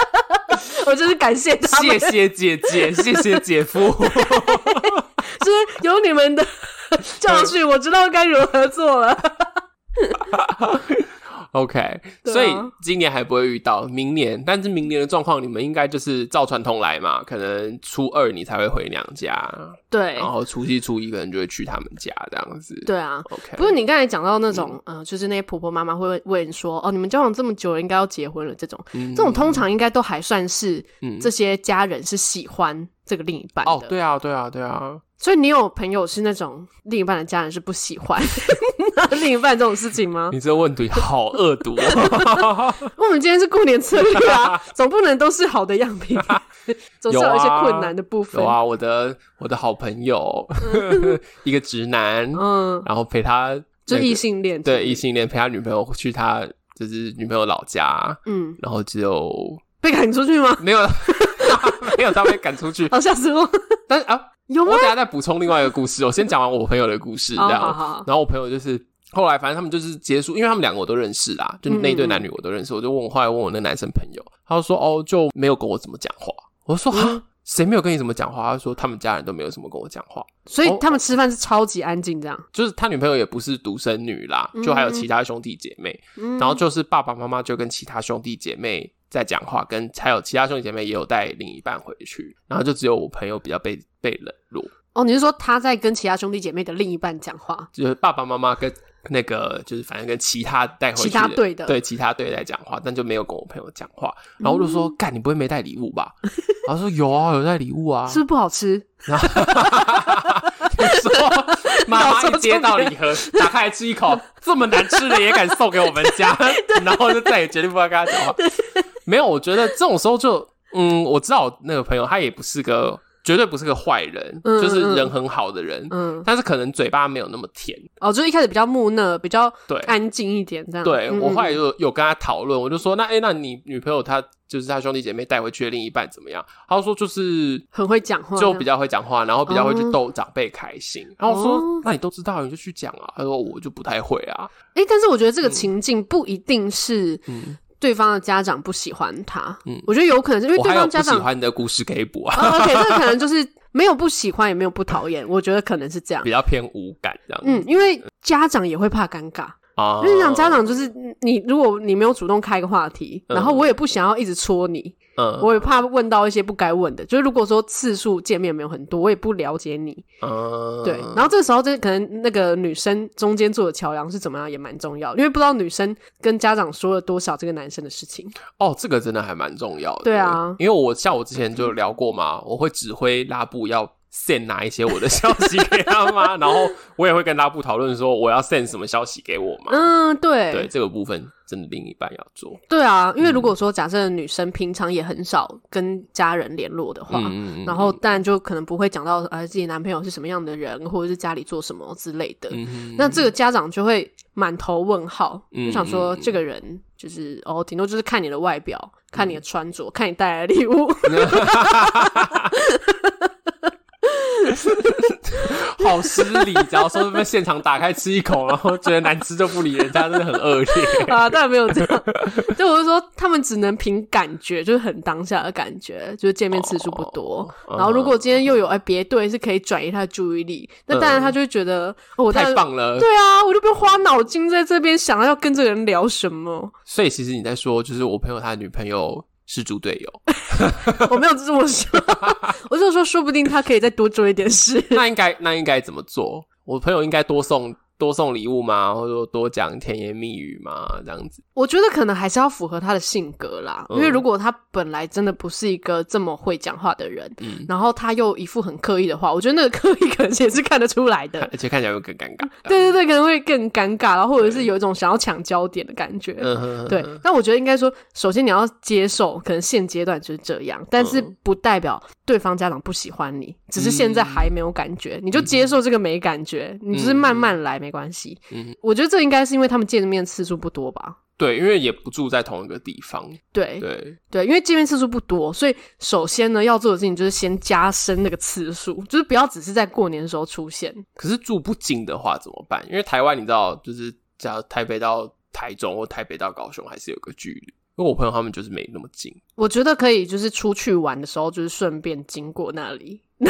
Speaker 1: <laughs> 我就是感谢他们，
Speaker 2: 谢谢姐姐，谢谢姐夫。
Speaker 1: 就是有你们 <laughs> 的教训，我知道该如何做了。
Speaker 2: OK，
Speaker 1: 对啊
Speaker 2: 所以今年还不会遇到，明年，但是明年的状况，你们应该就是照传统来嘛，可能初二你才会回娘家，
Speaker 1: 对
Speaker 2: 然后除夕初一可能就会去他们家这样子。
Speaker 1: 对啊。
Speaker 2: ，OK，嗯
Speaker 1: 不是你刚才讲到那种，呃，就是那些婆婆妈妈会问问说，哦，你们交往这么久了，应该要结婚了，这种，
Speaker 2: 嗯
Speaker 1: 这种通常应该都还算是
Speaker 2: 嗯
Speaker 1: 这些家人是喜欢这个另一半的。
Speaker 2: 哦，对啊，对啊，对啊，
Speaker 1: 所以你有朋友是那种另一半的家人是不喜欢
Speaker 2: <laughs>
Speaker 1: 另一半这种事情吗？
Speaker 2: 你这问题好恶毒、哦
Speaker 1: <laughs> 我们今天是过年策略
Speaker 2: <laughs>
Speaker 1: 啊，总不能都是好的样品，总是
Speaker 2: 有啊
Speaker 1: 有一些困难的部分
Speaker 2: 有。啊，我的我的好朋友， <laughs> 一个直男，
Speaker 1: 嗯，
Speaker 2: 然后陪他
Speaker 1: 就
Speaker 2: 那个
Speaker 1: 异性恋，
Speaker 2: 对异，性恋陪他女朋友去他就是女朋友老家，
Speaker 1: 嗯，
Speaker 2: 然后只有
Speaker 1: 被赶出去
Speaker 2: <laughs>
Speaker 1: 吗？
Speaker 2: 没有没有他被赶出去，
Speaker 1: 哦，吓死我！
Speaker 2: 但是啊，
Speaker 1: <laughs> 有
Speaker 2: 我 <laughs>
Speaker 1: 吗？
Speaker 2: 等一下再补充另外一个故事，我先讲完我朋友的故事，这
Speaker 1: 哦
Speaker 2: 样，
Speaker 1: 好好好
Speaker 2: 然后我朋友就是。后来，反正他们就是结束，因为他们两个我都认识啦，
Speaker 1: 嗯
Speaker 2: 就那一对男女我都认识。我就问我，后来问我那男生朋友，他就说：“哦，就没有跟我怎么讲话。”我说：“
Speaker 1: 嗯
Speaker 2: 啊，谁没有跟你怎么讲话？”他说：“他们家人都没有怎么跟我讲话。”
Speaker 1: 所以他们吃饭是超级安静这样。
Speaker 2: 就是他女朋友也不是独生女啦，就还有其他兄弟姐妹，
Speaker 1: 嗯
Speaker 2: 然后就是爸爸妈妈就跟其他兄弟姐妹在讲话，跟还有其他兄弟姐妹也有带另一半回去，然后就只有我朋友比较被被冷落，
Speaker 1: 哦，你是说他在跟其他兄弟姐妹的另一半讲话？
Speaker 2: 就是爸爸妈妈跟那个就是反正跟其他带回去
Speaker 1: 其他队的
Speaker 2: 对其他队在讲话，但就没有跟我朋友讲话，然后我就说
Speaker 1: 嗯
Speaker 2: 干、你不会没带礼物吧？然后说有啊有带礼物啊，
Speaker 1: 是不是不好吃？
Speaker 2: 你 <laughs> 说妈妈一接到礼盒，打开来吃一口，这么难吃的也敢送给我们
Speaker 1: <laughs>
Speaker 2: 家，然后就再也决定不要跟他讲话。没有，我觉得这种时候就，嗯，我知道我那个朋友他也不是个，绝对不是个坏人，
Speaker 1: 嗯
Speaker 2: 就是人很好的人，
Speaker 1: 嗯，
Speaker 2: 但是可能嘴巴没有那么甜。
Speaker 1: 哦，就是一开始比较木讷，比较
Speaker 2: 对
Speaker 1: 安静一点这样。
Speaker 2: 对
Speaker 1: 嗯
Speaker 2: 我
Speaker 1: 嗯
Speaker 2: 后来就有跟他讨论，我就说，那哎、那你女朋友她就是她兄弟姐妹带回去的另一半怎么样？他就说就是
Speaker 1: 很会讲话这
Speaker 2: 就
Speaker 1: 样，
Speaker 2: 比较会讲话，然后比较会去逗长辈开心。然后我说
Speaker 1: 哦：“
Speaker 2: 那你都知道，你就去讲啊。”他说：“我就不太会啊。
Speaker 1: 哎、但是我觉得这个情境不一定是
Speaker 2: 嗯
Speaker 1: 对方的家长不喜欢他，
Speaker 2: 嗯
Speaker 1: 我觉得有可能是因为
Speaker 2: 我
Speaker 1: 对
Speaker 2: 还有
Speaker 1: 方
Speaker 2: 不
Speaker 1: 家
Speaker 2: 喜
Speaker 1: <laughs> 长，
Speaker 2: 欢的故事可以补啊，
Speaker 1: 而且这可能就是没有不喜欢，也没有不讨厌，我觉得可能是这样
Speaker 2: <laughs> 比。较偏无感这样
Speaker 1: 嗯
Speaker 2: 子，
Speaker 1: 因为家长也会怕尴尬，
Speaker 2: 啊。
Speaker 1: 因为想家长就是你，如果你没有主动开个话题，
Speaker 2: 嗯
Speaker 1: 然后我也不想要一直戳你，
Speaker 2: 嗯
Speaker 1: 我也怕问到一些不该问的。就是如果说次数见面没有很多，我也不了解你，
Speaker 2: 嗯
Speaker 1: 对。然后这时候这可能那个女生中间做的桥梁是怎么样也蛮重要，因为不知道女生跟家长说了多少这个男生的事情。
Speaker 2: 哦，这个真的还蛮重要的。
Speaker 1: 对啊
Speaker 2: 因为我像我之前就有聊过嘛，我会指挥拉布要。send 拿一些我的消息给他妈， <laughs> 然后我也会跟拉布讨论说我要 send 什么消息给我嘛。
Speaker 1: 嗯，对，
Speaker 2: 对这嗯个部分，真的另一半要做。
Speaker 1: 对啊，因为如果说假设女生平常也很少跟家人联络的话，
Speaker 2: 嗯嗯嗯
Speaker 1: 然后但就可能不会讲到呃自己男朋友是什么样的人，或者是家里做什么之类的，
Speaker 2: 嗯哼，
Speaker 1: 那这个家长就会满头问号，
Speaker 2: 嗯
Speaker 1: 就想说
Speaker 2: 嗯嗯
Speaker 1: 这个人就是哦，顶多就是看你的外表，看
Speaker 2: 嗯
Speaker 1: 你的穿着，看你带来的礼物，
Speaker 2: 好失礼，只要说被现场打开吃一口，然后觉得难吃就不理人家，真的很恶
Speaker 1: <laughs>
Speaker 2: 劣。
Speaker 1: 啊，当然没有这样。 <laughs> 就我是说，他们只能凭感觉，就是很当下的感觉，就是见面次数不多。
Speaker 2: 哦
Speaker 1: 然后如果今天又有哎别队是可以转移他的注意力，那当然他就会觉得、哦，我当
Speaker 2: 嗯太
Speaker 1: 然
Speaker 2: 棒了！
Speaker 1: 对啊，我就不用花脑筋在这边想要跟这个人聊什么。
Speaker 2: 所以其实你在说，就是我朋友他的女朋友是猪队友，
Speaker 1: <laughs> 我没有这么说，我就说说不定他可以再多做一点事。 <laughs>
Speaker 2: 那应该那应该怎么做？我朋友应该多送多送礼物吗？或者说多讲甜言蜜语吗？这样子，
Speaker 1: 我觉得可能还是要符合他的性格啦，
Speaker 2: 嗯
Speaker 1: 因为如果他本来真的不是一个这么会讲话的人，
Speaker 2: 嗯
Speaker 1: 然后他又一副很刻意的话，我觉得那个刻意可能也是看得出来
Speaker 2: <laughs>
Speaker 1: 的。
Speaker 2: 而且看起来会更尴尬。
Speaker 1: 对对对，可能会更尴尬，然后或者是有一种想要抢焦点的感觉。
Speaker 2: 嗯哼，
Speaker 1: 对，但我觉得应该说，首先你要接受，可能现阶段就是这样，但是
Speaker 2: 嗯
Speaker 1: 不代表对方家长不喜欢你，只是现在还没有感觉，你就接受这个没感觉，你就是慢慢来，没关系。
Speaker 2: 嗯
Speaker 1: 我觉得这应该是因为他们见面次数不多吧。
Speaker 2: 对，因为也不住在同一个地方，
Speaker 1: 对
Speaker 2: 对，
Speaker 1: 对，因为见面次数不多，所以首先呢要做的事情就是先加深那个次数，就是不要只是在过年的时候出现。
Speaker 2: 可是住不近的话怎么办？因为台湾你知道，就是假如台北到台中或台北到高雄还是有个距离。因为我
Speaker 1: <laughs>
Speaker 2: 朋友他们就是没那么近，
Speaker 1: 我觉得可以，就是出去玩的时候，就是顺便经过那里， <laughs>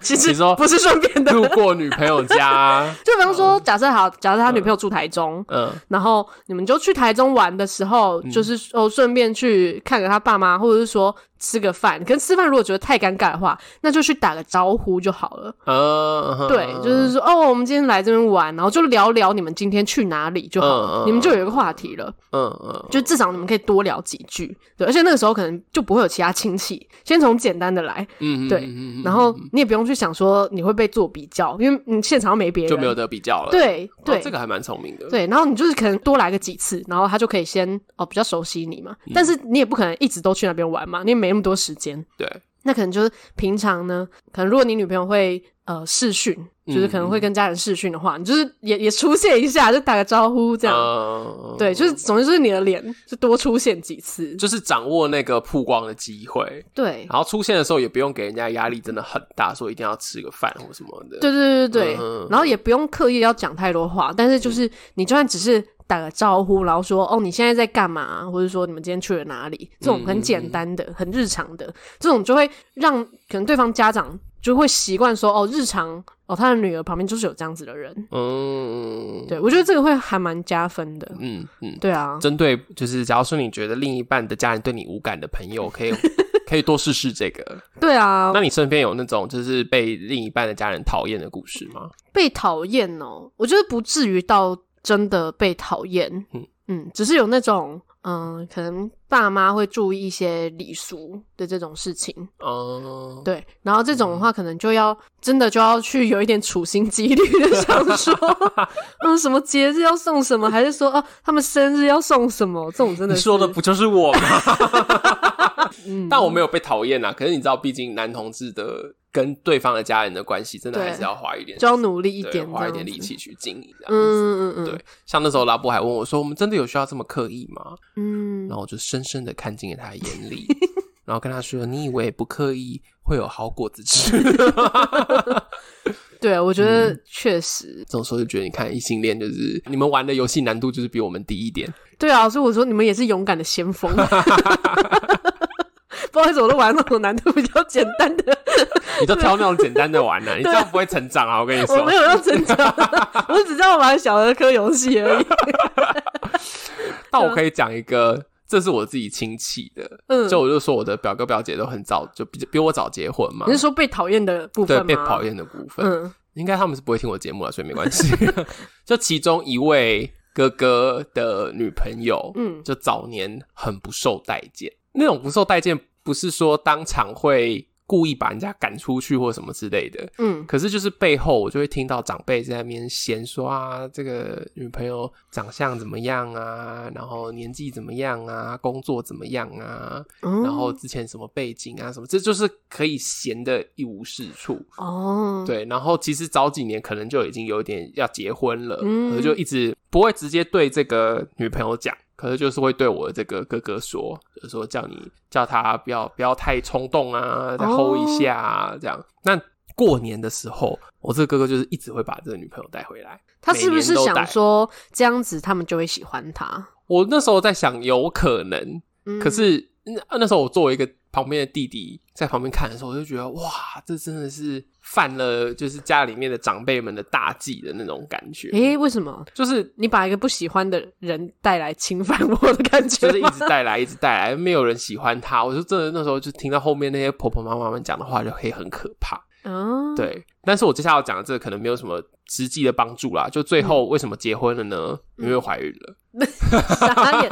Speaker 1: 其
Speaker 2: 你
Speaker 1: 实
Speaker 2: 说
Speaker 1: 不是顺便的。
Speaker 2: 路过女朋友家，
Speaker 1: 就比方说，假设好，假设他女朋友住台中，
Speaker 2: 嗯，
Speaker 1: 然后你们就去台中玩的时候，就是哦，顺便去看个他爸妈，或者是说吃个饭。可是吃饭如果觉得太尴尬的话，那就去打个招呼就好了。
Speaker 2: 呃，
Speaker 1: 对，就是说哦，我们今天来这边玩，然后就聊聊你们今天去哪里就好了
Speaker 2: 嗯嗯嗯
Speaker 1: 你们就有一个话题了。
Speaker 2: 嗯嗯，
Speaker 1: 就至少你们可以多聊几句，对，而且那个时候可能就不会有其他亲戚，先从简单的来，
Speaker 2: 嗯，
Speaker 1: 对
Speaker 2: 嗯嗯嗯
Speaker 1: 然后你也不用去想说你会被做比较，因为嗯你现场又没别人，
Speaker 2: 就没有得比较了。哦，
Speaker 1: 对对、
Speaker 2: 这个还蛮聪明 <laughs> 的。
Speaker 1: 对，然后你就是可能多来个几次，然后他就可以先哦比较熟悉你嘛，但是你也不可能一直都去那边玩嘛，你也没那么多时间，
Speaker 2: 对，
Speaker 1: 那可能就是平常呢，可能如果你女朋友会呃视讯，就是可能会跟家人视讯的话，你就是也也出现一下，就打个招呼这样。
Speaker 2: 嗯
Speaker 1: 对，就是总之就是你的脸就多出现几次，
Speaker 2: 就是掌握那个曝光的机会，
Speaker 1: 对，
Speaker 2: 然后出现的时候也不用给人家压力真的很大，说一定要吃个饭或什么的。
Speaker 1: 对对对对对，
Speaker 2: 嗯
Speaker 1: 然后也不用刻意要讲太多话，但是就是你就算只是打个招呼，然后说哦你现在在干嘛，或者说你们今天去了哪里，这种很简单的、很日常的，这种就会让可能对方家长就会习惯说哦日常哦他的女儿旁边就是有这样子的人，
Speaker 2: 嗯，
Speaker 1: 对我觉得这个会还蛮加分的，
Speaker 2: 嗯嗯，
Speaker 1: 对啊，
Speaker 2: 针对就是，假如说你觉得另一半的家人对你无感的朋友，
Speaker 1: <laughs>
Speaker 2: 可以可以多试试这个。
Speaker 1: 对啊，
Speaker 2: 那你身边有那种就是被另一半的家人讨厌的故事吗？
Speaker 1: 被讨厌哦，我觉得不至于到真的被讨厌，嗯
Speaker 2: 嗯
Speaker 1: 只是有那种嗯、可能爸妈会注意一些礼俗的这种事情，
Speaker 2: 哦、
Speaker 1: 对，然后这种的
Speaker 2: 嗯
Speaker 1: 话，可能就要真的就要去有一点处心积虑的想
Speaker 2: <laughs>
Speaker 1: 说，嗯，什么节日要送什么，还是说哦、他们生日要送什么，这种真的
Speaker 2: 你
Speaker 1: 是嗯
Speaker 2: 说的不就是我
Speaker 1: <laughs>
Speaker 2: 吗？但我没有被讨厌啊。可是你知道，毕竟男同志的跟对方的家人的关系，真的
Speaker 1: 对
Speaker 2: 还是要花一点，
Speaker 1: 就要努力一
Speaker 2: 对
Speaker 1: 点，
Speaker 2: 花一点
Speaker 1: 这
Speaker 2: 力
Speaker 1: 样子
Speaker 2: 气去经营。嗯，
Speaker 1: 嗯嗯嗯，
Speaker 2: 对。像那时候拉布还问我说：“我们真的有需要这么刻意吗？”
Speaker 1: 嗯，
Speaker 2: 然后我就深深的看进了他的眼
Speaker 1: <laughs>
Speaker 2: 里，然后跟他说：“你以为不刻意会有好果子吃？” <laughs>
Speaker 1: 对，我觉得
Speaker 2: 嗯
Speaker 1: 确实，
Speaker 2: 这种时候就觉得，你看异性恋就是你们玩的游戏难度就是比我们低一点，
Speaker 1: 对啊，所以我说你们也是勇敢的先锋。 <laughs> 不好意思，我都玩那种难度比较简单的，
Speaker 2: 你就挑那种简单的玩
Speaker 1: <laughs>
Speaker 2: 呐、你这样不会成长啊！我跟你
Speaker 1: 我没有
Speaker 2: 说，
Speaker 1: 要成
Speaker 2: <laughs>
Speaker 1: 长，我只知道玩小儿科游戏而已。
Speaker 2: 但我可以讲一个，这是我自己亲戚的，
Speaker 1: 嗯
Speaker 2: 就我就说我的表哥表姐都很早就比比我早结婚嘛
Speaker 1: 你，是说被讨厌的部分
Speaker 2: 对，
Speaker 1: 吗？
Speaker 2: 被讨。厌的部分，
Speaker 1: 嗯
Speaker 2: 应该他们是不会听我节目了，所以没关
Speaker 1: <laughs>
Speaker 2: 系。就其中一位哥哥的女朋友，
Speaker 1: 嗯
Speaker 2: 就早年很不受待见，那种不受待见不是说当场会故意把人家赶出去或什么之类的，
Speaker 1: 嗯，
Speaker 2: 可是就是背后我就会听到长辈在那边闲说啊，这个女朋友长相怎么样啊，然后年纪怎么样啊，工作怎么样啊，然
Speaker 1: 然
Speaker 2: 后之前什么背景啊什么，这就是可以闲的一无是处。
Speaker 1: 哦，
Speaker 2: 对，然后其实早几年可能就已经有点要结婚了，
Speaker 1: 嗯
Speaker 2: 可是就一直不会直接对这个女朋友讲，可是就是会对我的这个哥哥说，就是说叫你叫他不要不要太冲动啊，再
Speaker 1: 哦
Speaker 2: hold 一下啊，这样。那过年的时候，我这个哥哥就是一直会把这个女朋友带回来。
Speaker 1: 他是不是
Speaker 2: 每年都
Speaker 1: 想
Speaker 2: 带
Speaker 1: 说这样子他们就会喜欢他？
Speaker 2: 我那时候在想，有可能，
Speaker 1: 嗯
Speaker 2: 可是那那时候我作为一个旁边的弟弟，在旁边看的时候，我就觉得哇，这真的是犯了就是家里面的长辈们的大忌的那种感觉。
Speaker 1: 诶、为什么
Speaker 2: 就是
Speaker 1: 你把一个不喜欢的人带来侵犯我的感觉
Speaker 2: <laughs> 就
Speaker 1: 吗？
Speaker 2: 是一直带来，一直带来，没有人喜欢他。我就真的那时候就听到后面那些婆婆妈妈们讲的话，就可以很可怕。
Speaker 1: 嗯，
Speaker 2: 对，但是我接下来要讲的这个可能没有什么实际的帮助啦。就最
Speaker 1: 嗯
Speaker 2: 后为什么结婚了呢？因为怀孕了。
Speaker 1: 傻眼。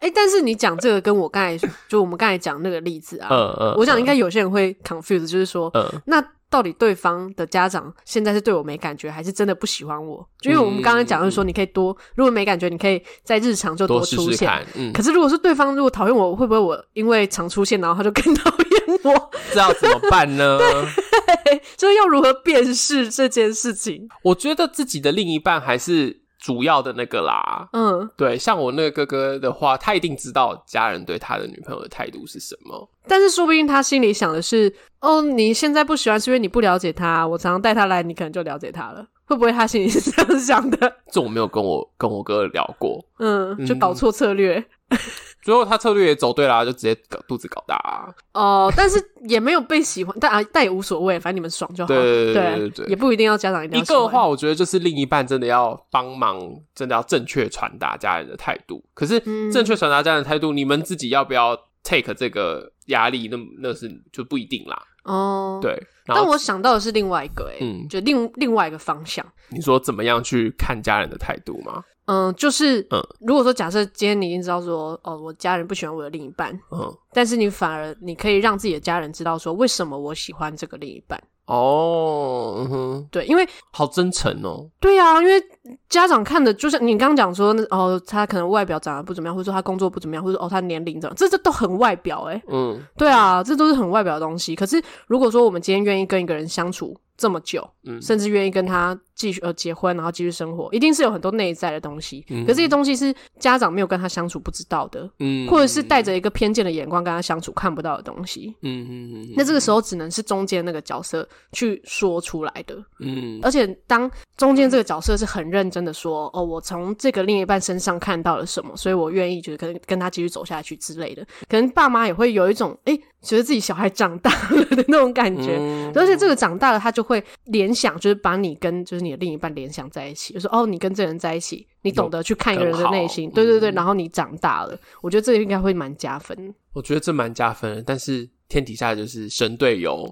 Speaker 1: 哎、但是你讲这个跟我刚才就我们刚才讲那个例子啊，
Speaker 2: 嗯嗯，
Speaker 1: 我想应该有些人会 confuse，就是说，
Speaker 2: 嗯
Speaker 1: 那到底对方的家长现在是对我没感觉，还是真的不喜欢我？就因为我们刚刚讲的是说，你可以多，如果没感觉，你可以在日常就
Speaker 2: 嗯多试
Speaker 1: 出
Speaker 2: 试
Speaker 1: 现。
Speaker 2: 看。嗯，
Speaker 1: 可是如果是对方如果讨厌我，会不会我因为常出现，然后他就更讨厌我？ <laughs>
Speaker 2: 这要怎么办呢？
Speaker 1: 就是要如何辨识这件事情？
Speaker 2: 我觉得自己的另一半还是主要的那个啦。
Speaker 1: 嗯，
Speaker 2: 对，像我那个哥哥的话，他一定知道家人对他的女朋友的态度是什么。
Speaker 1: 但是说不定他心里想的是，哦，你现在不喜欢是因为你不了解他，我常常带他来，你可能就了解他了。会不会他心里是这样想的？
Speaker 2: 这我没有跟我跟我哥聊过，
Speaker 1: 嗯，就搞错策略。
Speaker 2: 最后他策略也走对啦，就直接搞肚子搞大、啊。
Speaker 1: 哦，但是也没有被喜欢，但啊，但也无所谓，反正你们爽就好。
Speaker 2: 对对对
Speaker 1: 哦对
Speaker 2: 对对
Speaker 1: 也不一定要家长一定
Speaker 2: 一
Speaker 1: 要喜
Speaker 2: 个
Speaker 1: 欢
Speaker 2: 的话，我觉得就是另一半真的要帮忙，真的要正确传达家人的态度。可是
Speaker 1: 嗯
Speaker 2: 正确传达家人的态度，你们自己要不要 take 这个压力？那那是就不一定啦。
Speaker 1: 哦。，
Speaker 2: 对，
Speaker 1: 但
Speaker 2: 然后
Speaker 1: 我想到的是另外一个、欸，
Speaker 2: 嗯
Speaker 1: 就另另外一个方向。
Speaker 2: 你说怎么样去看家人的态度吗？
Speaker 1: 嗯，就是，
Speaker 2: 嗯
Speaker 1: 如果说假设今天你已经知道说，哦，我家人不喜欢我的另一半，
Speaker 2: 嗯，
Speaker 1: 但是你反而你可以让自己的家人知道说，为什么我喜欢这个另一半。
Speaker 2: 哦，嗯哼，
Speaker 1: 对，因为
Speaker 2: 好真诚哦。
Speaker 1: 对啊，因为家长看的，就是你刚刚讲说，那哦，他可能外表长得不怎么样，或者说他工作不怎么样，或者说哦他年龄怎么样，这这都很外表哎、欸
Speaker 2: 嗯
Speaker 1: 对啊，这都是很外表的东西。可是如果说我们今天愿意跟一个人相处这么久，
Speaker 2: 嗯
Speaker 1: 甚至愿意跟他继续呃结婚，然后继续生活，一定是有很多内在的东西。
Speaker 2: 嗯
Speaker 1: 可这些东西是家长没有跟他相处不知道的，
Speaker 2: 嗯，
Speaker 1: 或者是带着一个偏见的眼光跟他相处看不到的东西。
Speaker 2: 嗯嗯嗯，
Speaker 1: 那这个时候只能是中间那个角色去说出来的，
Speaker 2: 嗯
Speaker 1: 而且当中间这个角色是很认真的说，哦，我从这个另一半身上看到了什么，所以我愿意就是跟跟他继续走下去之类的。可能爸妈也会有一种，哎、觉得自己小孩长大了的那种感觉。
Speaker 2: 嗯
Speaker 1: 而且这个长大了，他就会联想，就是把你跟就是你的另一半联想在一起，就说哦，你跟这个人在一起，你懂得去看一个人的内心，
Speaker 2: 有
Speaker 1: 对
Speaker 2: 更
Speaker 1: 对
Speaker 2: 好
Speaker 1: 对，
Speaker 2: 嗯
Speaker 1: 然后你长大了，我觉得这个应该会蛮加
Speaker 2: <laughs>
Speaker 1: 分。
Speaker 2: 我觉得这蛮加分的，但是天底下就是神
Speaker 1: <laughs>
Speaker 2: 队友，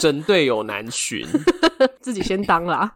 Speaker 2: 神队友难寻。
Speaker 1: 自己先当啦，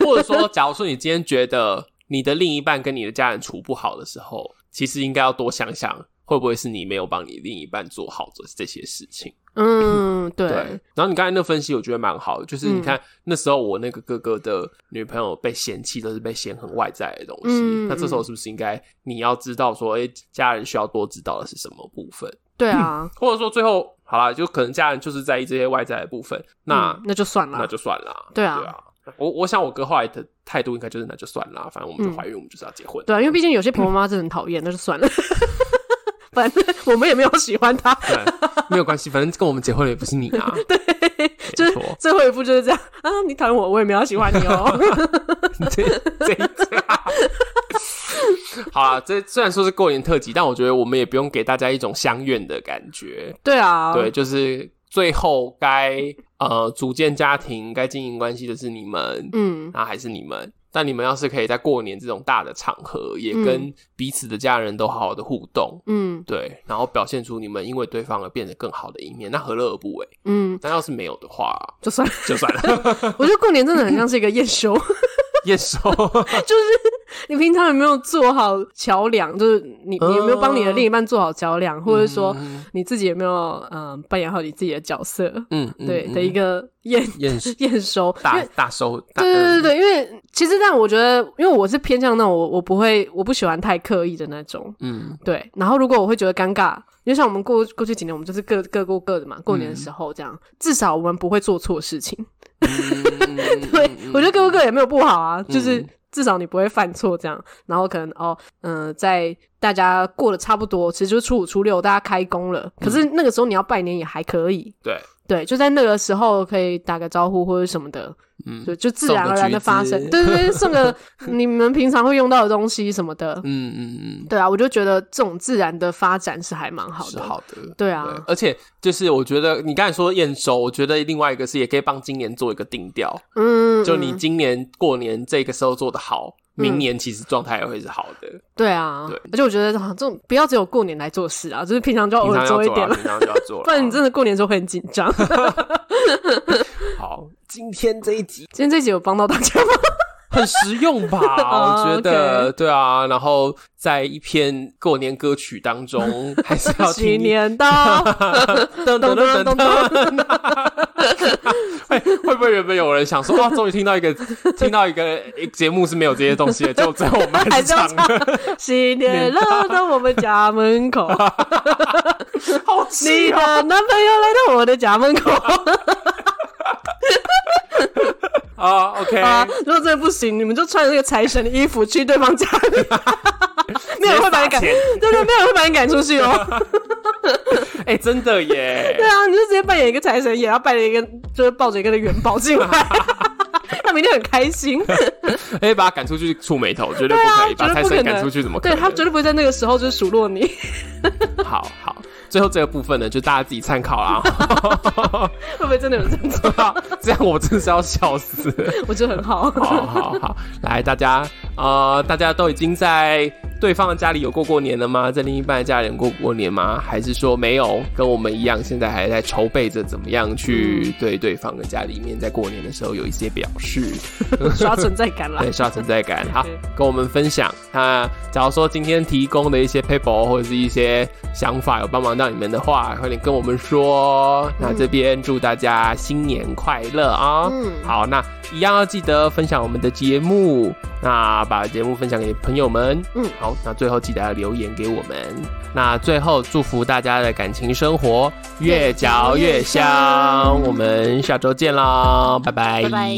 Speaker 2: 或者说，假如说你今天觉得你的另一半跟你的家人处不好的时候，其实应该要多想想，会不会是你没有帮你另一半做好这这些事情。
Speaker 1: 嗯，对，
Speaker 2: 然后你刚才那分析，我觉得蛮好的，就是你
Speaker 1: 嗯
Speaker 2: 看、那时候我那个哥哥的女朋友被嫌弃，都是被嫌很外在的东西。
Speaker 1: 嗯
Speaker 2: 那这时候是不是应该你要知道说，哎、家人需要多知道的是什么部分？
Speaker 1: 对
Speaker 2: <laughs>
Speaker 1: 啊，
Speaker 2: 或者说最后好啦，就可能家人就是在意这些外在的部分，那、
Speaker 1: 嗯那就算了，
Speaker 2: 那就算啦。
Speaker 1: 对啊
Speaker 2: 对啊。我我想我哥后来的态度应该就是那就算啦，反正我们就怀孕，我们就是要结婚。
Speaker 1: 嗯对啊，因为毕竟有些婆婆妈真的很讨厌，那就算了。 <laughs> 反正我们也没有喜欢他，
Speaker 2: 对，没有关系，反正跟我们结婚的也不是你
Speaker 1: <laughs>
Speaker 2: 啊。
Speaker 1: 就
Speaker 2: 对，没
Speaker 1: 是
Speaker 2: 错，
Speaker 1: 最后一步就是这样啊！你讨厌我，我也没有喜欢你哦。 <laughs>
Speaker 2: 这这一家。 <laughs> 好啦，这虽然说是过年特辑，但我觉得我们也不用给大家一种相怨的感觉。
Speaker 1: 对啊，
Speaker 2: 对，就是最后该呃组建家庭、该经营关系的是你们，
Speaker 1: 嗯，
Speaker 2: 那还是你们。但你们要是可以在过年这种大的场合，也跟彼此的家人都好好的互动，
Speaker 1: 嗯
Speaker 2: 对，然后表现出你们因为对方而变得更好的一面，那何乐而不为？
Speaker 1: 嗯，
Speaker 2: 但要是没有的话，
Speaker 1: 就算了。 <laughs>
Speaker 2: 就算了，
Speaker 1: 我觉得过年真的很像是一个验收， <laughs>
Speaker 2: 验收。
Speaker 1: 你平常有没有做好桥梁？就是你你有没有帮你的
Speaker 2: 嗯
Speaker 1: 另一半做好桥梁，或者说
Speaker 2: 嗯
Speaker 1: 你自己有没有嗯、呃扮演好你自己的角色？
Speaker 2: 嗯，
Speaker 1: <laughs>
Speaker 2: 嗯
Speaker 1: 对
Speaker 2: 嗯
Speaker 1: 的一个验 <laughs>
Speaker 2: 验收
Speaker 1: 验收，因
Speaker 2: 大
Speaker 1: 为
Speaker 2: 大收，大嗯
Speaker 1: 对对对，对，因为其实但我觉得，因为我是偏向那种我我不会我不喜欢太刻意的那种，
Speaker 2: 嗯
Speaker 1: 对。然后如果我会觉得尴尬，因为像我们过过去几年，我们就是各各过各的嘛，过年的时候这样，至少我们不会做错事情。 <laughs>
Speaker 2: 嗯，
Speaker 1: 对，我觉得各过各也没有不好啊，就是
Speaker 2: 嗯
Speaker 1: 至少你不会犯错这样。然后可能哦，嗯、在大家过得差不多，其实就是初五初六大家开工了，可是那个时候你要拜年也还可以，
Speaker 2: 对，
Speaker 1: 对，就在那个时候可以打个招呼或者什么的，
Speaker 2: 嗯
Speaker 1: 就就自然而然的发生
Speaker 2: 送。个
Speaker 1: 对对对，送
Speaker 2: <laughs>
Speaker 1: 个你们平常会用到的东西什么的
Speaker 2: 嗯，嗯嗯，
Speaker 1: 对啊，我就觉得这种自然的发展是还蛮好
Speaker 2: 是
Speaker 1: 的。
Speaker 2: 好的。
Speaker 1: 对
Speaker 2: 对
Speaker 1: 啊，，
Speaker 2: 而且就是我觉得你刚才说验收，我觉得另外一个是也可以帮今年做一个定调，
Speaker 1: 嗯，
Speaker 2: 就你
Speaker 1: 嗯
Speaker 2: 今年过年这个时候做的好，明
Speaker 1: 嗯
Speaker 2: 年其实状态也会是好的。
Speaker 1: 对啊，
Speaker 2: 对
Speaker 1: 而且我觉得啊这种不要只有过年来做事啊，就是平常就要偶
Speaker 2: 平常
Speaker 1: 尔
Speaker 2: 要做啊
Speaker 1: 一点
Speaker 2: 啦
Speaker 1: 了，
Speaker 2: 平常就要做了。
Speaker 1: 不然你真的过年的时候会很紧
Speaker 2: <laughs>
Speaker 1: 张。
Speaker 2: 好，今天这一集
Speaker 1: 今天这集有帮到大
Speaker 2: <laughs>
Speaker 1: 家吗？
Speaker 2: 很实用
Speaker 1: <laughs>
Speaker 2: 吧？
Speaker 1: 啊
Speaker 2: 我觉得
Speaker 1: OK
Speaker 2: 对啊。然后在一篇过年歌曲
Speaker 1: <laughs>
Speaker 2: 当中，还是要
Speaker 1: 新
Speaker 2: 听
Speaker 1: 年
Speaker 2: <laughs>
Speaker 1: 到，
Speaker 2: 噔噔噔噔噔。 <laughs> 会会不会原本有人想说哇，终于听到一个听到一个 <laughs> 节目是没有这些东西的，结果
Speaker 1: <laughs>
Speaker 2: 最后我们还
Speaker 1: 还
Speaker 2: 是
Speaker 1: 是要
Speaker 2: 唱的，
Speaker 1: 新年来到我们家门口，
Speaker 2: 好
Speaker 1: 你
Speaker 2: 气
Speaker 1: 的
Speaker 2: 哦！
Speaker 1: 啊男朋友来到我的家门口。
Speaker 2: <laughs> 啊，OK，
Speaker 1: 啊，如果真的不行，你们就穿着那个财神的衣服去对方家里，
Speaker 2: <laughs>
Speaker 1: 没有人会把你赶，
Speaker 2: 直
Speaker 1: 对
Speaker 2: 接
Speaker 1: 对，没有人会把你赶出去
Speaker 2: <laughs>
Speaker 1: 哦。
Speaker 2: 哎，真的耶 <laughs>
Speaker 1: 对。啊，你就直接扮演一个财神，也要扮演一个，就是抱着一个元宝进来，让们一定很开心。
Speaker 2: 哎、把他赶出去触眉头，绝对不可以，
Speaker 1: 对啊绝对
Speaker 2: 把蔡
Speaker 1: 不可
Speaker 2: 生
Speaker 1: 能
Speaker 2: 赶出去怎么可
Speaker 1: 对
Speaker 2: 能？
Speaker 1: 他绝对不会在那个时候就是数落你， <laughs>
Speaker 2: 好好，最后这个部分呢，就大家自己参考啦。 <laughs>
Speaker 1: 会不会真的有人这样做？
Speaker 2: 这样我真的是要笑死。
Speaker 1: 我觉得很
Speaker 2: <laughs>
Speaker 1: 好。
Speaker 2: 好好好，来大家，呃，大家都已经在对方的家里有过过年了吗？在另一半的家里有过过年吗？还是说没有？跟我们一样，现在还在筹备着怎么样去
Speaker 1: 嗯
Speaker 2: 对对方的家里面在过年的时候有一些表示，
Speaker 1: 刷存在感啦
Speaker 2: 对，。刷存在感。好
Speaker 1: <laughs> 对，
Speaker 2: 跟我们分享。那假如说今天提供的一些 paper 或者是一些想法有帮忙到你们的话，快点跟我们说。那这边祝大家新年快乐啊！
Speaker 1: 嗯
Speaker 2: 好，那一样要记得分享我们的节目，那把节目分享给朋友们。
Speaker 1: 嗯，
Speaker 2: 好，那最后记得要留言给我们。那最后祝福大家的感情生活越嚼越香。我们下周见啦，拜
Speaker 1: 拜拜